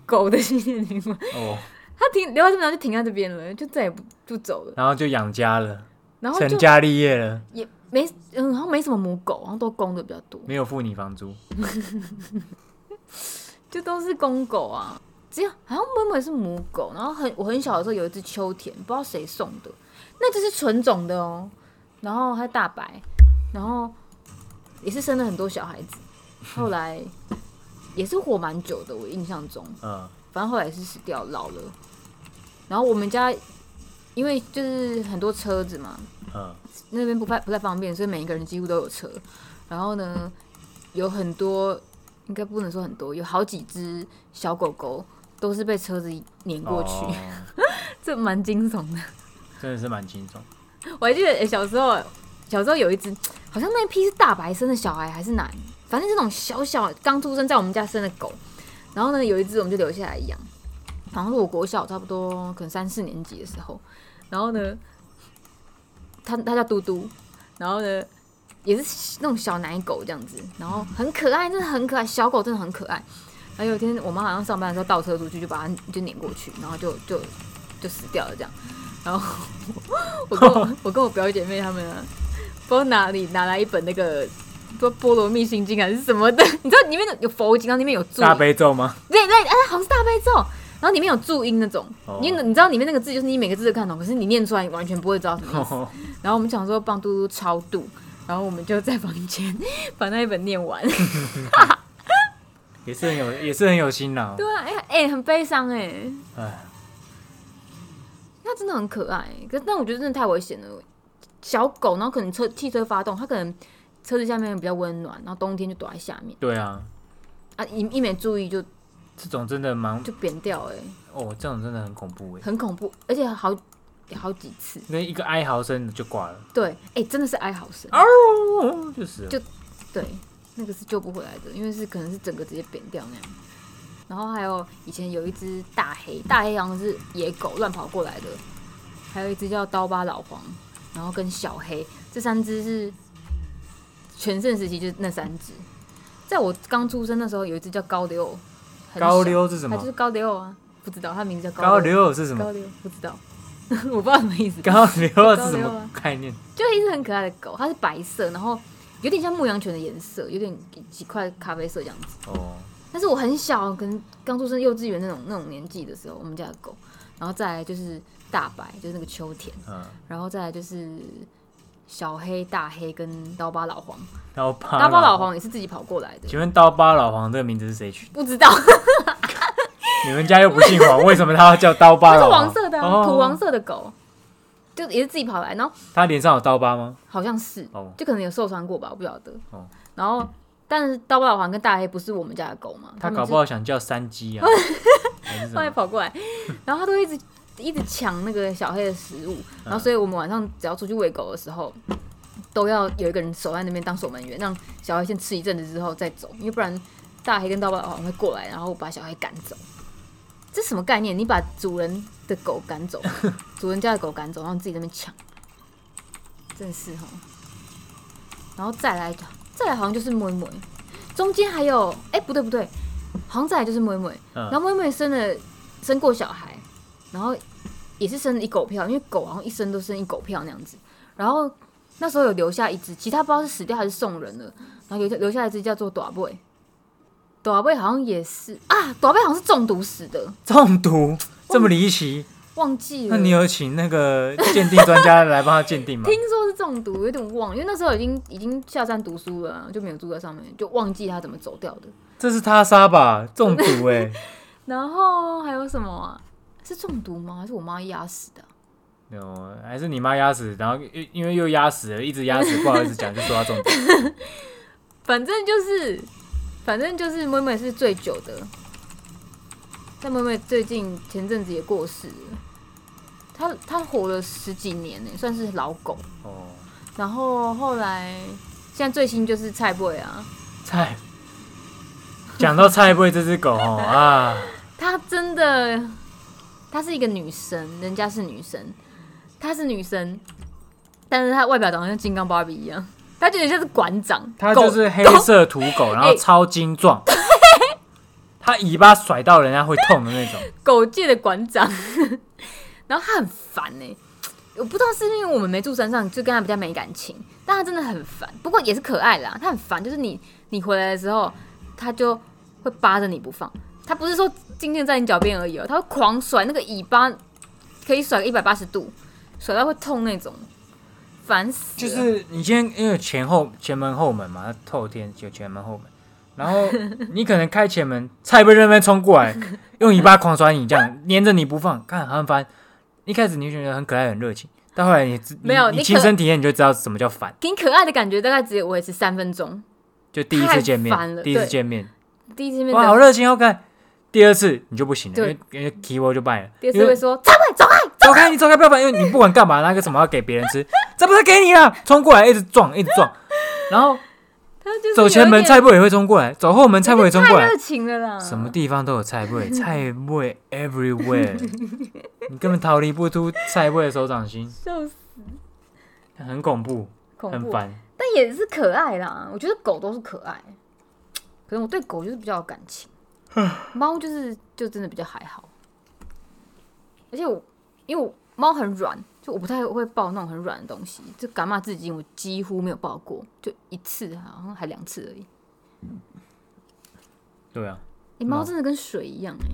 狗的青年旅馆。哦，它停留在这边就停在这边了，就再也不不走了。然后就养家了，然后成就家立业了，也没嗯，好像没什么母狗，好像都公的比较多，没有付你房租，就都是公狗啊。只有好像妹妹是母狗，然后很我很小的时候有一只秋田，不知道谁送的，那只是纯种的哦，然后它大白，然后也是生了很多小孩子，后来也是活蛮久的，我印象中。嗯，反正后来也是死掉老了。然后我们家因为就是很多车子嘛，嗯，那边不太不太方便，所以每一个人几乎都有车。然后呢，有很多应该不能说很多，有好几只小狗狗都是被车子碾过去，哦 这蛮惊悚的。真的是蛮轻松，我还记得、诶小时候，小时候有一只，好像那一批是大白生的小孩还是哪，反正这种小小刚出生在我们家生的狗，然后呢有一只我们就留下来养，好像是我国小差不多可能三四年级的时候，然后呢，它它叫嘟嘟，然后呢也是那种小奶狗这样子，然后很可爱，真的很可爱，小狗真的很可爱。然后有一天我妈好像上班的时候倒车出去，就把它就碾过去，然后就就就死掉了这样。然后我跟我我跟我表姐妹她们、啊，不知道哪里拿来一本那个不知道《波罗蜜心经》还是什么的，你知道里面有佛经，然后里面有注大悲咒吗？ 对对，哎、好像是大悲咒，然后里面有注音那种，哦你你知道里面那个字就是你每个字都看懂，可是你念出来你完全不会知道什么意思。哦然后我们想说帮嘟嘟超度，然后我们就在房间 把那一本念完。 也是很有，也是很有心啦，对啊，哎、哎、很悲伤哎、哎，它真的很可爱、可是但我觉得真的太危险了。小狗，然后可能车汽车发动，它可能车子下面比较温暖，然后冬天就躲在下面对啊，啊，一一没注意就这种真的蛮，就扁掉哎、哦，这种真的很恐怖哎，很恐怖，而且好好几次。那一个哀嚎声就挂了，对，哎、真的是哀嚎声。哦，就死了，就对，那个是救不回来的，因为是可能是整个直接扁掉那样。然后还有以前有一只大黑，大黑好像是野狗乱跑过来的，还有一只叫刀疤老黄，然后跟小黑这三只是全盛时期就是那三只。在我刚出生的时候，有一只叫高溜，很小高，溜是什它么就是？高溜啊，不知道它名字叫高高，溜是什么高？溜不知道， 我不知道什么意思。高溜是什高溜啊么概念？就一只很可爱的狗，它是白色，然后有点像牧羊犬的颜色，有点几块咖啡色这样子。哦，但是我很小，可能刚出生幼稚园那种那种年纪的时候，我们家的狗，然后再来就是大白，就是那个秋田，嗯，然后再来就是小黑、大黑跟刀疤老 黄。刀疤刀疤老黄也是自己跑过来的，请问刀疤老黄这个名字是谁取的？不知道你们家又不姓 黄，为什么他要叫刀疤它是老黄色的、啊，哦土黄色的狗，就也是自己跑来，然后他脸上有刀疤吗？好像是哦，就可能有受伤过吧，我不晓得。哦然后，但是刀疤老黄跟大黑不是我们家的狗嘛，他们搞就不好想叫山鸡啊，还是什后来么？跑过来，然后他都一直一直抢那个小黑的食物，嗯然后所以我们晚上只要出去喂狗的时候，都要有一个人守在那边当守门员，让小黑先吃一阵子之后再走，因为不然大黑跟刀疤老黄会过来，然后把小黑赶走。这什么概念？你把主人的狗赶走，主人家的狗赶走，然后你自己在那边抢，真是哈。然后再来，再来好像就是妹妹，中间还有，哎、不对不对，好像再来就是妹妹，然后嗯，妹妹生了生过小孩，然后也是生了一狗票，因为狗好像一生都生一狗票那样子。然后那时候有留下一只，其他不知道是死掉还是送人了。然后留下留下一只叫做短贝，短贝好像也是啊，短贝好像是中毒死的，中毒这么离奇，忘记了。那你有请那个鉴定专家来帮他鉴定吗听？说是中毒，有点忘，因为那时候已经已经下山读书了啊，就没有住在上面，就忘记他怎么走掉的。这是他杀吧？中毒哎，然后还有什么啊？是中毒吗？还是我妈压死的啊？有还是你妈压死，然后又因为又压死了，一直压死，不好意思讲，就说他中毒。反正就是，反正就是妹妹是最久的，但妹妹最近前阵子也过世了，她她活了十几年呢，算是老狗。哦，然后后来现在最新就是蔡贝啊，菜，讲到菜不会这只狗哦啊，她真的，她是一个女神，人家是女神，她是女神，但是她外表长得像金刚芭比一样，他就有点像是馆长，它就是黑色土狗，然后超精壮，它尾巴甩到人家会痛的那种。狗狗界的馆长， 然后他很烦呢、我不知道是不是因为我们没住山上，就跟他比较没感情，但他真的很烦。不过也是可爱啦，他很烦，就是你你回来的时候，他就会扒着你不放。他不是说静静在你脚边而已哦，他会狂甩那个尾巴，可以甩个一百八十度，甩到会痛那种，烦死了。就是你今天因为前后前门后门嘛，它透天就前门后门，然后你可能开前门，菜被那边冲过来，用尾巴狂甩你，这样粘着你不放，看很烦。一开始你就觉得很可爱很热情，到后来你知没有你你你可亲身体验你就知道什么叫烦。给你可爱的感觉大概只有维持三分钟，就第一次见太烦面，了第一次对见面，第一次面哇，好热情好可爱。第二次你就不行了，因对为因为 keyword 就败了。第二因次为会说站位走开，走开，你走开，不要把，因为你不管干嘛，那个什么要给别人吃，这不是给你啊！冲过来，一直撞，一直撞，然后他 就是走前门有一点菜部也会冲过来，走后门菜部也冲过太来热，情了啦，什么地方都有菜味，菜味 everywhere，你根本逃离不出菜味的手掌 心，笑死，很恐怖，恐很怖，烦。但也是可爱啦。我觉得狗都是可爱，可能我对狗就是比较有感情，猫就是就真的比较还好。而且我因为我猫很软，就我不太会抱那种很软的东西。就感冒至今我几乎没有抱过，就一次好像还两次而已。对啊，你、猫猫真的跟水一样哎、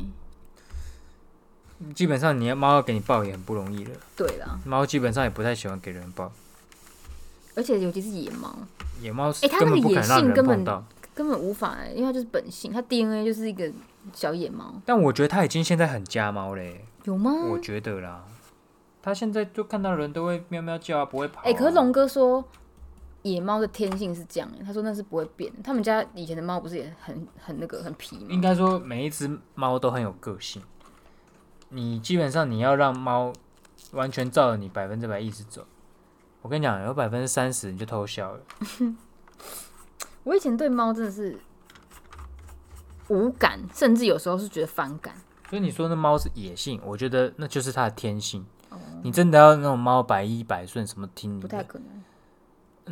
基本上你要猫要给你抱也很不容易了，对啦，猫基本上也不太喜欢给人抱，而且尤其是野猫，野猫诶是它根那本个不野可能让性人根碰本到。根本无法、因为它就是本性，它 DNA 就是一个小野猫，但我觉得它已经现在很家猫嘞、有吗？我觉得啦，它现在就看到人都会喵喵叫啊，不会跑、啊。哎、可是龙哥说野猫的天性是这样、欸，他说那是不会变的。他们家以前的猫不是也很很那个很皮吗？应该说每一只猫都很有个性，你基本上你要让猫完全照着你百分之百意思走。我跟你讲，有百分之三十你就偷笑了。我以前对猫真的是无感，甚至有时候是觉得反感。所以你说那猫是野性，我觉得那就是它的天性。你真的要那种猫百依百顺，什么听你哦不太的，可能，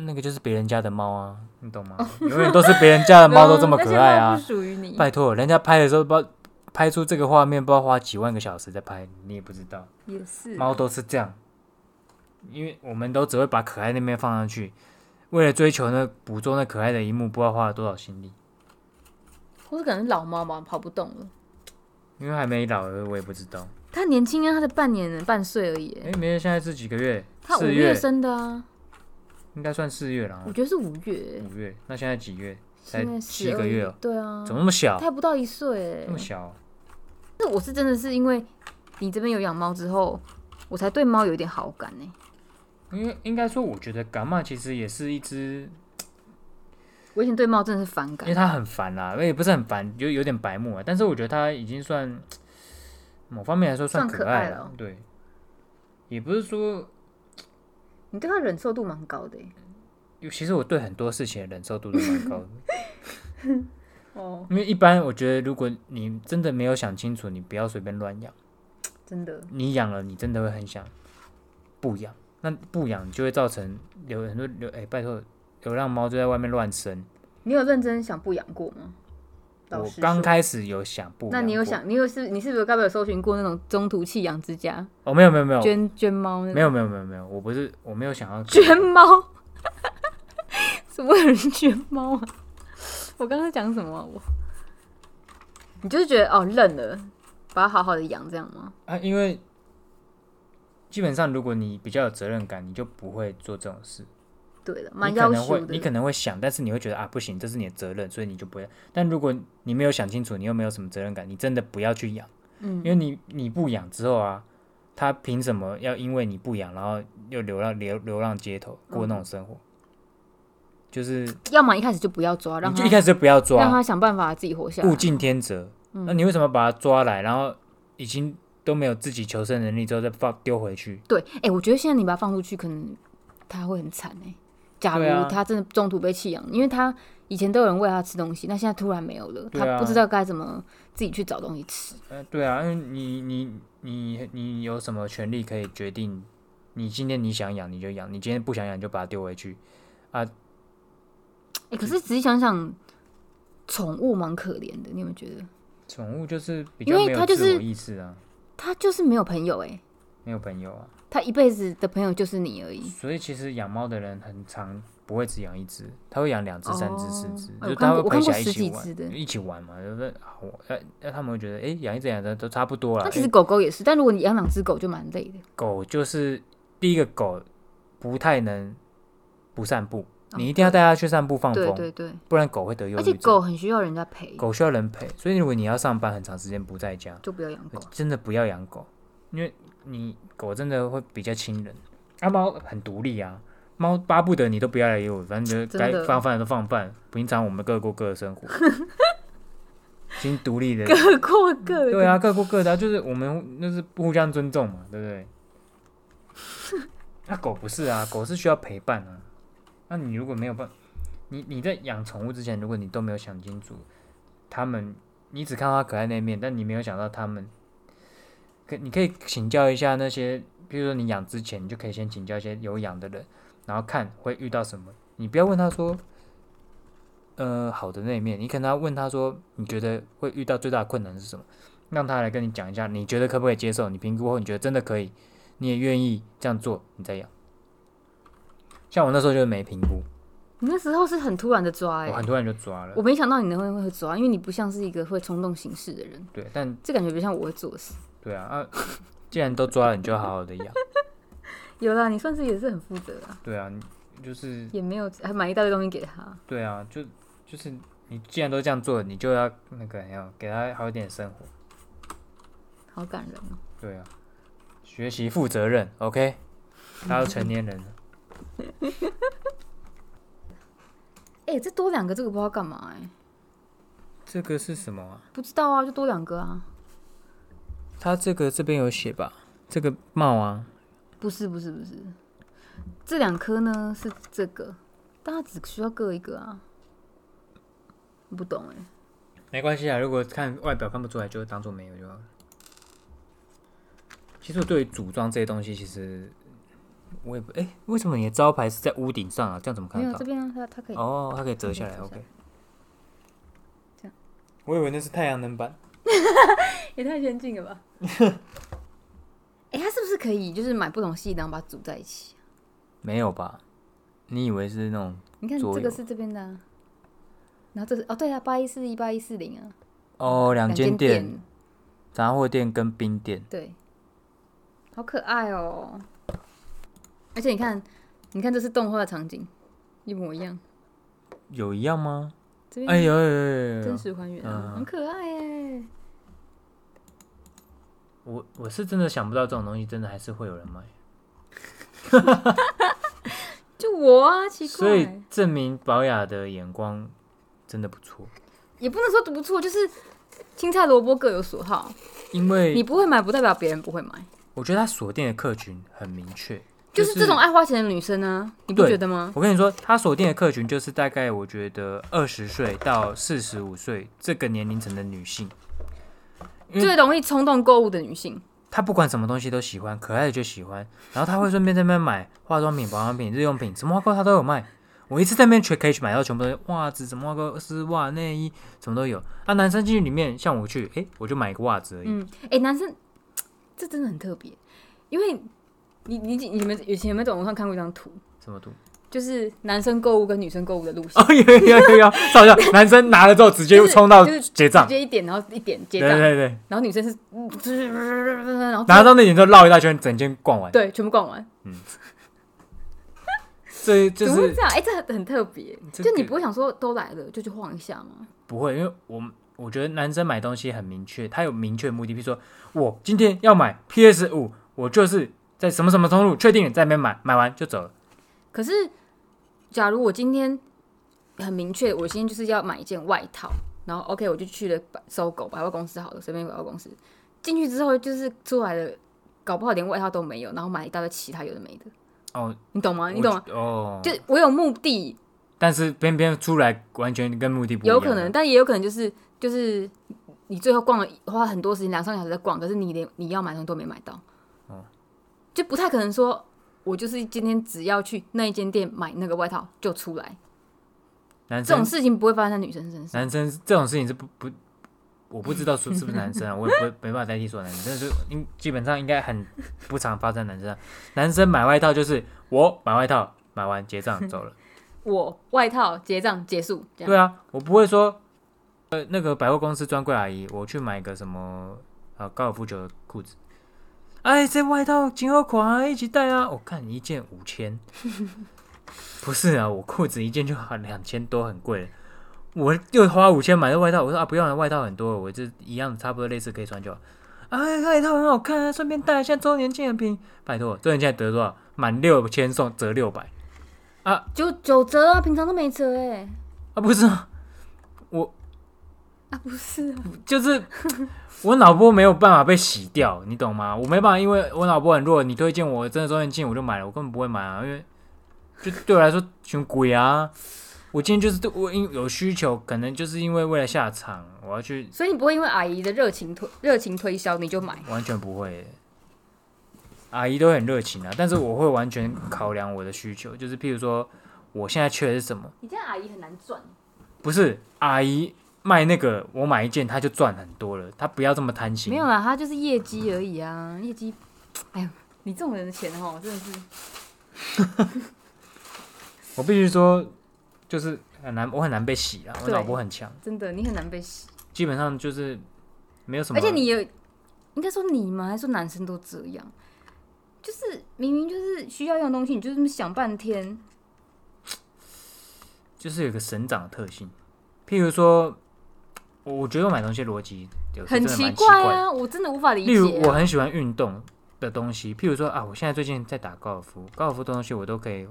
那个就是别人家的猫啊，你懂吗？永远都是别人家的猫都这么可爱啊哦 那些猫。不属于你。拜托，人家拍的时候不知道拍出这个画面，不知道花几万个小时在拍，你也不知道。也是猫都是这样，因为我们都只会把可爱那面放上去，为了追求那捕捉那可爱的一幕，不知道花了多少心力。或是可能是老猫吧，跑不动了。因为还没老，我也不知道。它年轻啊，它才半年半岁而已欸、哎、没事，现在是几个月？它五四月生的啊，应该算四月了啊我。觉得是五月欸、五月，那现在几月？嗯才现在七十个月哦，对啊，怎么那么小它？还不到一岁、欸，那么小？哦那我是真的是因为你这边有养猫之后，我才对猫有一点好感欸呢、因为应该说，我觉得伽马其实也是一只我以前对猫真的是反因感为，他很烦啦，也不是很烦，有有点白目啊。但是我觉得他已经算某方面来说算可可爱了，了哦对，也不是说，你对它忍受度蛮高的、欸。其实我对很多事情的忍受度都蛮高的， 哦，因为一般我觉得，如果你真的没有想清楚，你不要随便乱养，真的，你养了，你真的会很想不养，那不养就会造成有很多流，哎、拜托，流浪猫就在外面乱生。你有认真想不养过吗？老我实刚说，开始有想不养过，那你有想，你有是，你是不是该不会有搜寻过那种中途弃养之家，哦？没有没有没有捐捐猫那没种？有没有没有没有，我不是我没有想 要捐猫？怎么会有人捐猫啊？我刚刚讲什么啊、我，你就是觉得哦认了，把它好好的养这样吗？啊，因为基本上如果你比较有责任感，你就不会做这种事。对的，蛮你可要能求会，的你。可能会想，但是你会觉得啊，不行，这是你的责任，所以你就不会。但如果你没有想清楚，你又没有什么责任感，你真的不要去养，嗯因为你你不养之后啊，他凭什么要因为你不养，然后又流浪流流浪街头过那种生活？就是要么一开始就不要抓，让你他就一开始就不要抓，让他嗯想办法自己活下来。物竞天择。那你为什么把他抓来，然后已经都没有自己求生能力之后再放丢回去？对，哎、我觉得现在你把它放出去，可能他会很惨哎、假对啊如他真的中途被弃养，因为他以前都有人喂他吃东西，那现在突然没有了，对啊他不知道该怎么自己去找东西吃。呃，对啊，因为你你你你有什么权利可以决定？你今天你想养你就养，你今天不想养你就把它丢回去啊！哎、可是仔细想想，宠物蛮可怜的，你有没有觉得？宠物就是比较因为没有它就自我是意识啊，它就是没有朋友哎、没有朋友啊，它一辈子的朋友就是你而已。所以其实养猫的人很常不会只养一只，他会养两只、三只、四哦只，哎我就看他过会我陪看起过来一十起几玩只，的一起玩嘛，就是好，那那他们会觉得，哎、养一只养一只都差不多了。那其哎实狗狗也是，但如果你养两只狗就蛮累的。狗就是第一个狗不太能不散步，哦你一定要带它去散步放对风，对对，不然狗会得忧而郁且症。狗很需要人家陪，狗需要人陪，所以如果你要上班很长时间不在家，就不要养狗。真的不要养狗，因为你狗真的会比较亲人。啊，猫很独立啊，猫巴不得你都不要来有，反正就是该真的放饭的都放饭。平常我们各过各 的生活，已经独立的，各过各的。对啊，各过各的啊、就是我们那是互相尊重嘛，对不对？ 那、狗不是啊，狗是需要陪伴啊。那你如果没有办，你你在养宠物之前，如果你都没有想清楚，他们你只看到它可爱那一面，但你没有想到他们，可你可以请教一下那些，比如说你养之前，你就可以先请教一些有养的人，然后看会遇到什么。你不要问他说，呃，好的那一面，你可能要问他说，你觉得会遇到最大的困难是什么？让他来跟你讲一下，你觉得可不可以接受？你评估后，你觉得真的可以，你也愿意这样做，你再养。像我那时候就是没评估，你那时候是很突然的抓哎、我很突然就抓了我。没想到你能会会抓，因为你不像是一个会冲动行事的人，对，但这感觉比较像我会做的事。对啊，啊，既然都抓了，你就好好的养。有啦，你算是也是很负责啊，对啊，你就是也没有还买一大堆东西给他。对啊，就就是你既然都这样做了，你就要那个要给他好一点生活。好感人哦、对啊，学习负责任，OK？他都成年人了，哎、这多两个这个不知道干嘛哎、这个是什么啊？不知道啊，就多两个啊。他这个这边有写吧？这个帽啊，不是不是不是，这两颗呢是这个，但它只需要各一个啊。我不懂哎、没关系啊，如果看外表看不出来，就当做没有就好了。其实我对于组装这些东西，其实我也不哎、为什么你的招牌是在屋顶上啊？这样怎么看没有得到这？边啊，它它可以。哦，它可以折下来它可以折下，OK 来。这样，我以为那是太阳能板。也太先进了吧！ 哎、它是不是可以就是买不同系，然后把它组在一起？没有吧？你以为是那种？你看左这个右是这边的、啊，然后这是哦，对啊，八一四一八一四零啊，哦，两间间店，杂货店跟冰店，对，好可爱哦！而且你看，你看这是动画场景，一模一样，有一样吗？这边哎呦，有有有有有真实还原啊，嗯很可爱哎！我我是真的想不到这种东西，真的还是会有人买。就我啊，奇所以怪，证明宝雅的眼光真的不错，也不能说不错，就是青菜萝卜各有所好，因你为不会买不代表别人不会买，我觉得他锁定的客群很明确，就是这种。爱花钱的女生啊，你不对觉得吗？我跟你说，他锁定的客群就是大概我觉得二十岁到四十五岁这个年龄层的女性，因为最容易冲动购物的女性，她不管什么东西都喜欢，可爱的就喜欢，然后她会顺便在那边买化妆品、保养品、日用品，什么花购她都有卖。我一次在那边全可以去买到全部东西，袜子、什么花购、丝袜、内衣，什么都有。啊，男生进去里面，像我去，诶，我就买一个袜子而已。嗯，哎、男生这真的很特别，因为你你你你们以前有没有在网上看过一张图，什么图？就是男生购物跟女生购物的路线，哦，有有有有，好 笑！男生拿了之后直接冲到就是结账直，接一点，然后一点结对账，对对，然后女生是，然后拿到那点之后绕一大圈，整间逛完。对全部逛完，这就怎么会是这样？哎、这很很特别，这就你个不会想说都来了就去晃一下吗？不会，因为我们我觉得男生买东西很明确，他有明确目的，比如说我今天要买 PS 五，我就是在什么什么通路确定了在那边买，买完就走了。可是假如我今天很明确，我今天就是要买一件外套，然后 OK 我就去了百搜狗百货公司好了，随便一个百货公司，进去之后就是出来的，搞不好连外套都没有，然后买一大堆其他有的没的，哦，你懂吗？你懂吗？我哦，就我有目的，但是偏偏出来完全跟目的不一样，有可能，但也有可能就是就是你最后逛了花很多时间，两三个小时在逛，可是你连你要买的东西都没买到，哦就不太可能说我就是今天只要去那一间店买那个外套就出来，男这生种事情不会发生在女生身上。男生这种事情是不不，我不知道是是不是男生啊，我也不会没办法代替说男生，但是应基本上应该很不常发生在男生啊。男生买外套就是我买外套，买完结账走了。我外套结账结束，这样对啊，我不会说，呃，那个百货公司专柜阿姨，我去买个什么啊高尔夫球的裤子，哎，这外套挺好款啊，一起带啊。我、看一件五千， 不是啊，我裤子一件就好两千多，很贵了。我又花五千买的外套，我说啊不用了，外套很多了，我这一样差不多类似可以穿就好。哎，外套很好看啊，顺便带一下周年纪念品。拜托，周年纪念品得多少？满六千送折六百。就九折啊，平常都没折哎、啊，不是啊，啊，不是啊，就是我脑波没有办法被洗掉，你懂吗？我没办法，因为我脑波很弱。你推荐我真的周年庆，我就买了，我根本不会买啊，因为就对我来说穷鬼啊。我今天就是对我因有需求，可能就是因为为了下场，我要去，所以你不会因为阿姨的热情推热情推销你就买，完全不会。阿姨都很热情啊，但是我会完全考量我的需求，就是譬如说我现在缺的是什么，你这样阿姨很难赚。不是阿姨卖那个，我买一件她就赚很多了，她不要这么贪心。没有啦，她就是业绩而已啊，业绩，哎呀，你这种人的钱哦，真的是我必须说，就是很难，我很难被洗啊，我对脑波很强，真的，你很难被洗。基本上就是没有什么。而且你有，应该说你吗？还是说男生都这样？就是明明就是需要用的东西，你就这么想半天，就是有一个省长的特性，譬如说，我我觉得我买东西的逻辑有时候很真的奇蛮奇怪的。啊，我真的无法理例如，解我啊、很喜欢运动的东西，譬如说啊，我现在最近在打高尔夫，高尔夫的东西我都可以，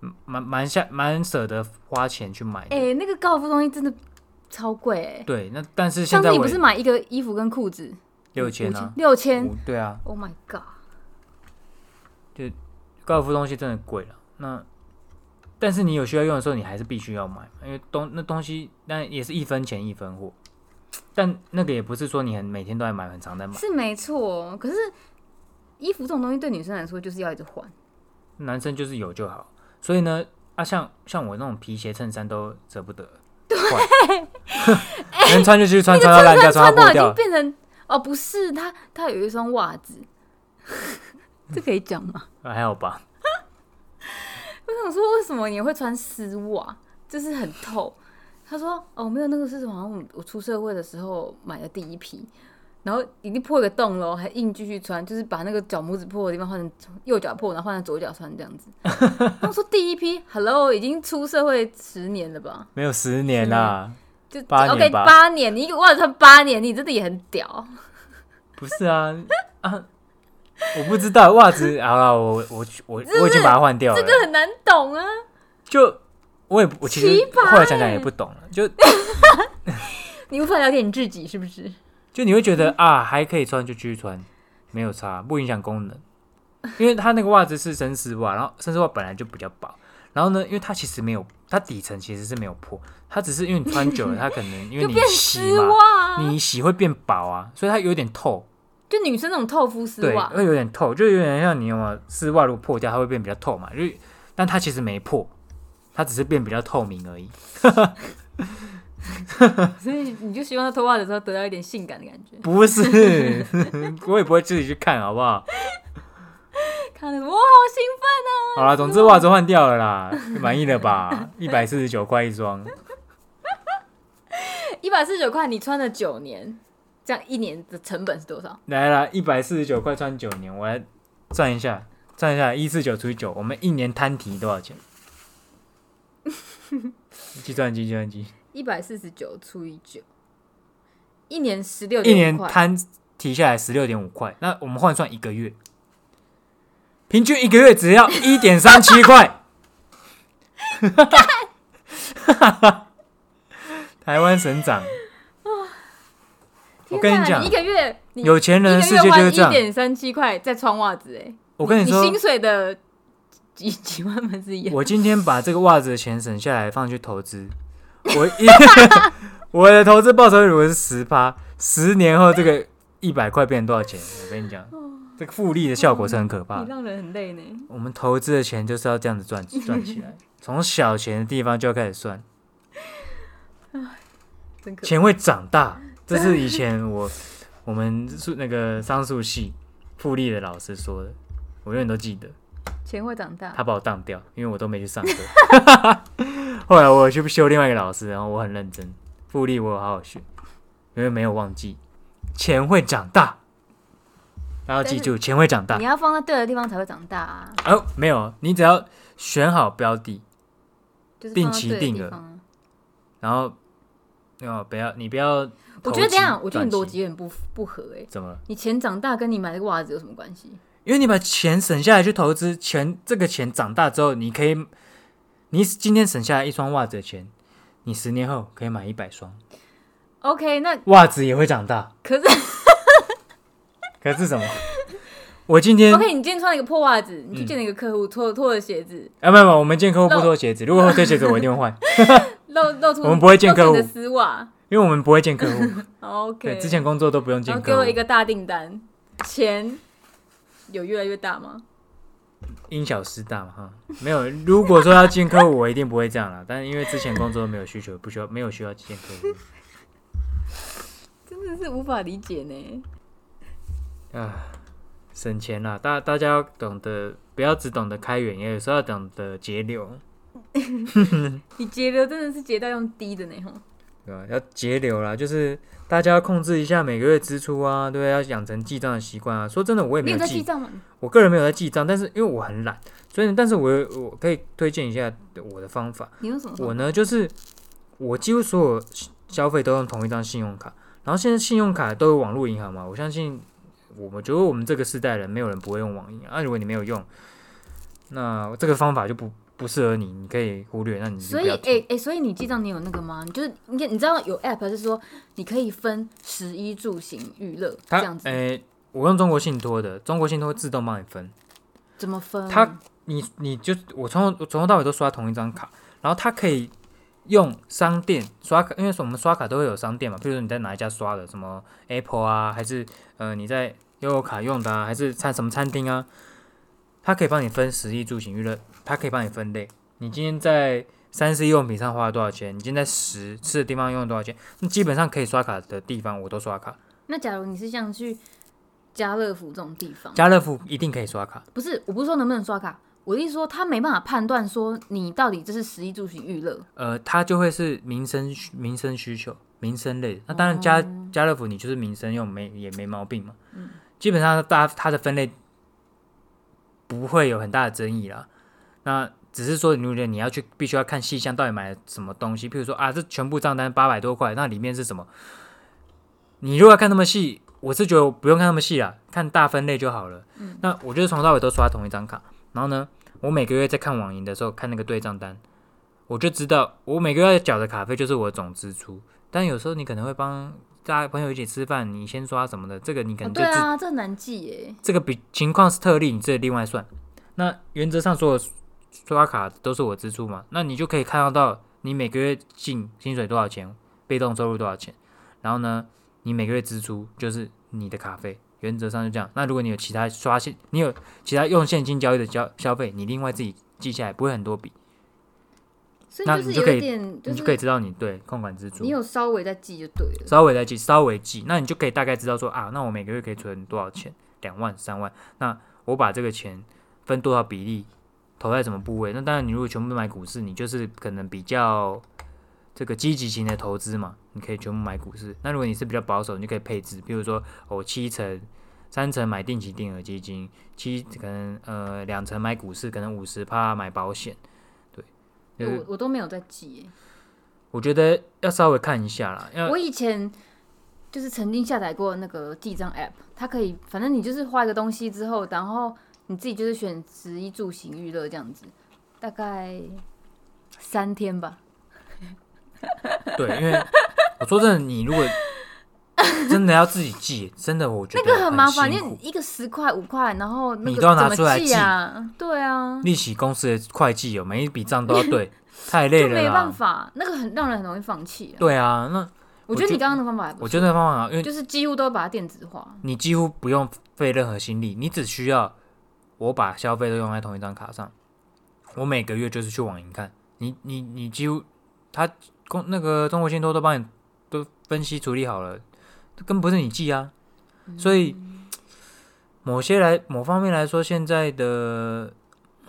嗯蛮蛮下蛮舍得花钱去买的。哎、那个高尔夫东西真的超贵哎、对，那但是现上在次你我不是买一个衣服跟裤子六千啊，六千五对啊， ，Oh my god！高尔夫东西真的贵了。那但是你有需要用的时候，你还是必须要买，因为东那东西那也是一分钱一分货。但那个也不是说你很每天都在买，很常在买。是没错，可是衣服这种东西对女生来说就是要一直换，男生就是有就好，所以呢，啊像像我那种皮鞋、衬衫都舍不得换， 能穿就继续穿，穿到烂掉，穿穿到到破已经掉。变成哦，不是，她她有一双袜子， 这可以讲吗？还好吧，我想说，为什么你会穿丝袜？就是很透。他说：“哦，没有，那个是好像我我出社会的时候买的第一批，然后已经破一个洞了，哦还硬继续穿，就是把那个脚拇指破的地方换成右脚破，然后换成左脚穿这样子。”他说：“第一批，Hello，已经出社会十年了吧？”没有十年啊啦，就八年 OK 吧八年，你一个袜子穿八年，你真的也很屌。不是啊啊，我不知道袜子，好了，我我我我已经把它换掉了。这个很难懂啊，就我也不我其实奇葩后来想想也不懂了，就 你无法了解你自己是不是？就你会觉得嗯啊，还可以穿就继续穿，没有差，不影响功能。因为它那个袜子是绅士袜，然后绅士袜本来就比较薄，然后呢，因为它其实没有，它底层其实是没有破，它只是因为你 穿久了，它可能因为就你变洗丝嘛，袜啊，你洗会变薄啊，所以它有点透，就女生那种透肤丝对，袜，会有点透，就有点像你有没有丝袜如果破掉，它会变比较透嘛，就但它其实没破，它只是变比较透明而已。 所以你就希望她脱袜子的时候得到一点性感的感觉。 不是， 我也不会自己去看，好不好？看了，我好兴奋啊！好啦，总之袜子换掉了啦，满意了吧？一百四十九块一双，一百四十九块，你穿了九年，这样一年的成本是多少？来啦，一百四十九块穿九年，我来算一下，算一下，一四九除以九，我们一年摊提多少钱？计算机，计算机，一百四十九除以九，一年十六一年块，摊提下来十六点五块，那我们换算一个月，平均一个月只要一点三七块。台湾省长，天我跟你哪讲一个月你有钱人的世界就是这样一。点三七块在穿袜子、哎。我跟你说，薪水的几 几万分之一啊，我今天把这个袜子的钱省下来放去投资，我 一我的投资报酬率如果是十趴，十年后这个一百块变多少钱？我跟你讲，这个复利的效果是很可怕哦你的。让人很累呢。 我们投资的钱就是要这样子赚赚起来，从小钱的地方就要开始算，真可钱会长 大。这是以前我我们数那个商数系复利的老师说的，我永远都记得。钱会长大。他把我当掉，因为我都没去上课。 后来我去修另外一个老师，然后我很认真，复利我有好好学，因为没有忘记，钱会长大，大家要记住，钱会长大你。要放在对的地方才会长大啊，哦，没有，你只要选好标的，就是定放到期对的定地额方啊。然后哦，不要，你不要投机。我觉得这样，我觉得你短逻期辑有点不不合哎、怎么了？你钱长大跟你买这个袜子有什么关系？因为你把钱省下来去投资，钱这个钱长大之后，你可以，你今天省下来一双袜子的钱，你十年后可以买一百双， OK，那袜子也会长大。可是可是什么？ 我今天 OK，你今天穿了一个破袜子，你去见了一个客户，脱脱了鞋子，啊，没有没有，我们见客户不脱鞋子。如果脱鞋子，我一定 会换，露露出我们不会见露出客户你的丝袜。因为我们不会见客户。对， OK，之前工作都不用见然后给客我一户。个大订单，钱有越来越大吗？因小失大嘛，哈，没有。如果说要见客户，我一定不会这样啦。但是因为之前工作没有需求，不需要，没有需要见客户。真的是无法理解呢。啊，省钱啦，大大家要懂得，不要只懂得开源，也有时候要懂得节流，你节流真的是节到用低的呢，吼，对吧？要节流啦，就是大家要控制一下每个月支出啊，对不对，要养成记账的习惯啊。说真的，我也你没有在记记账吗？我个人没有在记账，但是因为我很懒，所以呢但是我有我可以推荐一下我的方法。你用什么方法？我呢，就是我几乎所有消费都用同一张信用卡，然后现在信用卡都有网络银行嘛，我相信我们觉得我们这个世代人没有人不会用网银啊。如果你没有用，那这个方法就不不适合你，你可以忽略，那你就所不以，要哎、听。哎、所以你记账你有那个吗？你就是你看，你知道有 app 是说你可以分食衣住行娱乐这它哎样子，诶、我用中国信托的，中国信托自动帮你分。怎么分？它你你就我从头我从头到尾都刷同一张卡，然后它可以用商店刷卡，因为我们刷卡都会有商店嘛，譬如说你在哪一家刷的，什么 Apple 啊，还是呃你在悠游卡用的啊，还是餐什么餐厅啊，它可以帮你分食衣住行娱乐，它可以帮你分类。你今天在三 C 用品上花了多少钱？你今天在食吃的地方用了多少钱？那基本上可以刷卡的地方我都刷卡，那假如你是像去家乐福这种地方，家乐福一定可以刷卡。不是，我不是说能不能刷卡，我的意思说他没办法判断说你到底这是食衣住行娱乐，呃，它就会是民生需民生需求、民生类的。那当然家、家乐福你就是民生用，没也没毛病嘛。基本上大它的分类不会有很大的争议啦。那只是说，你如果你要去必须要看细项到底买了什么东西，譬如说啊，这全部账单八百多块，那里面是什么？你如果要看那么细，我是觉得不用看那么细啦，看大分类就好了。嗯那我就是从头到尾都刷同一张卡，然后呢，我每个月在看网银的时候看那个对账单，我就知道我每个月要缴的卡费就是我的总支出。但有时候你可能会帮大家朋友一起吃饭，你先刷什么的，这个你可哦能就对知啊，这很难记耶。这个比情况是特例，你自己另外算。那原则上所有刷卡都是我支出嘛，那你就可以看得到你每个月进薪水多少钱，被动收入多少钱，然后呢，你每个月支出就是你的卡费，原则上就这样。那如果你有其他刷现，你有其他用现金交易的消消费，你另外自己记下来，不会很多笔，所以那就是你就有可以一点，你是就可以知道你对控管支出你。有稍微在记就对了。稍微来记，稍微记，那你就可以大概知道说啊，那我每个月可以存多少钱，两万、三万，那我把这个钱分多少比例投在什么部位？那当然，你如果全部都买股市，你就是可能比较这个积极型的投资嘛，你可以全部买股市。那如果你是比较保守，你就可以配置，比如说哦七成。三成买定期定额基金，七可能呃两成买股市，可能五十趴买保险，对，就是我我都没有在记耶。我觉得要稍微看一下啦，要我以前就是曾经下载过那个记账 app，它可以，反正你就是画一个东西之后，然后你自己就是选食衣住行娱乐这样子，大概三天吧。对，因为我说真的，你 如果真的要自己记，真的我觉得那个很麻烦，辛因苦为一个十块五块，然后那你个都要拿怎么出来记啊，对啊，利息公司的会计有每一笔账都要 对，太累就了没办啦。法，那个很让人很容易放弃啊。对啊，那我我觉得就你刚刚的方法还不我错，觉得方法好，因为就是几乎都把它电子化。你几乎不用费任何心力，你只需要我把消费都用在同一张卡上，我每个月就是去网银看，你你你几乎他公那个中国信托都帮你都分析处理好了，这根本不是你记啊。所以某些来某方面来说，现在的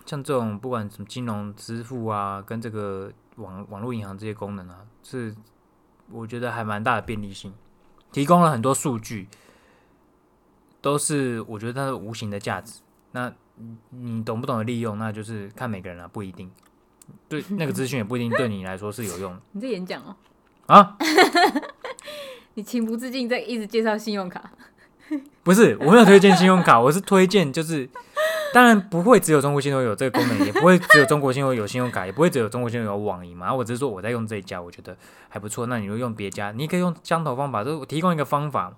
像这种不管什么金融支付啊，跟这个网网络银行这些功能啊，是我觉得还蛮大的便利性，提供了很多数据，都是我觉得它的无形的价值。那你懂不懂得利用，那就是看每个人啊，不一定。对，那个资讯也不一定对你来说是有用的你在演讲哦，啊。你情不自禁在一直介绍信用卡，不是，我没有推荐信用卡，我是推荐就是，当然不会只有中国信托有这个功能，也不会只有中国信托有信用卡，也不会只有中国信托有网银嘛。我只是说我在用这一家，我觉得还不错。那你如果用别家，你也可以用相同方法，就是我提供一个方法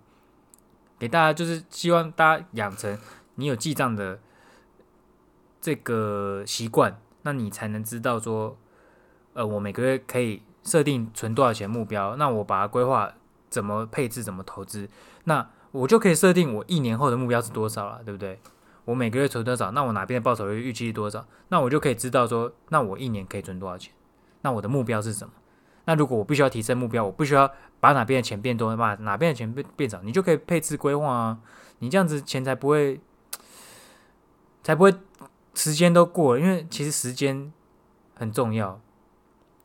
给大家，就是希望大家养成你有记账的这个习惯，那你才能知道说，呃，我每个月可以设定存多少钱目标，那我把它规划怎么配置，怎么投资，那我就可以设定我一年后的目标是多少了，对不对？我每个月存多少，那我哪边的报酬率预期是多少，那我就可以知道说，那我一年可以存多少钱，那我的目标是什么？那如果我必须要提升目标，我必须要把哪边的钱变多，把哪边的钱变变少，你就可以配置规划啊。你这样子钱才不会，才不会时间都过了，因为其实时间很重要，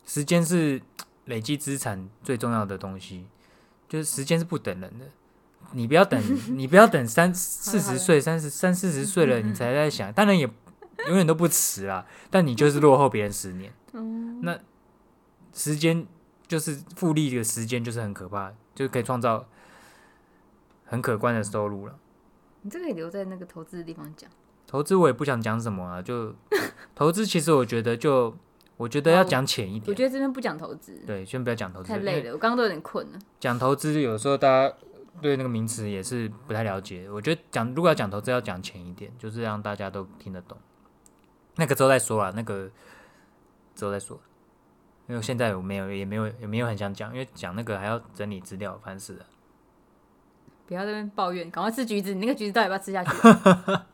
时间是累积资产最重要的东西，就是时间是不等人的。你不 要等，你不要等三好四嗯十了岁、三十三四十岁了，你才在想，当然也永远都不迟啦。但你就是落后别人十 年，嗯，时间就是复利的时间，就是很可怕，就是可以创造很可观的收入了。你这个也留在那个投资的地方讲，投资我也不想讲什么 啊，就投资其实我觉得就我觉得要讲浅一哦我点，觉得这边不讲投资对，先不要讲投资，太累因为了，我刚刚都有点困了。讲投资有时候大家对那个名词也是不太了解，我觉得讲如果要讲投资要讲浅一点，就是让大家都听得懂。那个之后再说啊啦，那个之后再说，因为现在我没有也没有也没有很想讲，因为讲那个还要整理资料，烦死了。不要在那边抱怨，赶快吃橘子！你那个橘子到底要不要吃 下去？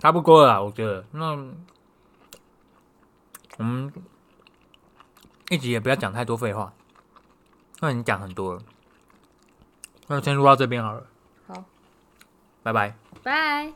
差不多了啦，我觉得那我们一集也不要讲太多废话，那你讲很多了，那先录到这边好了，好，拜拜。拜。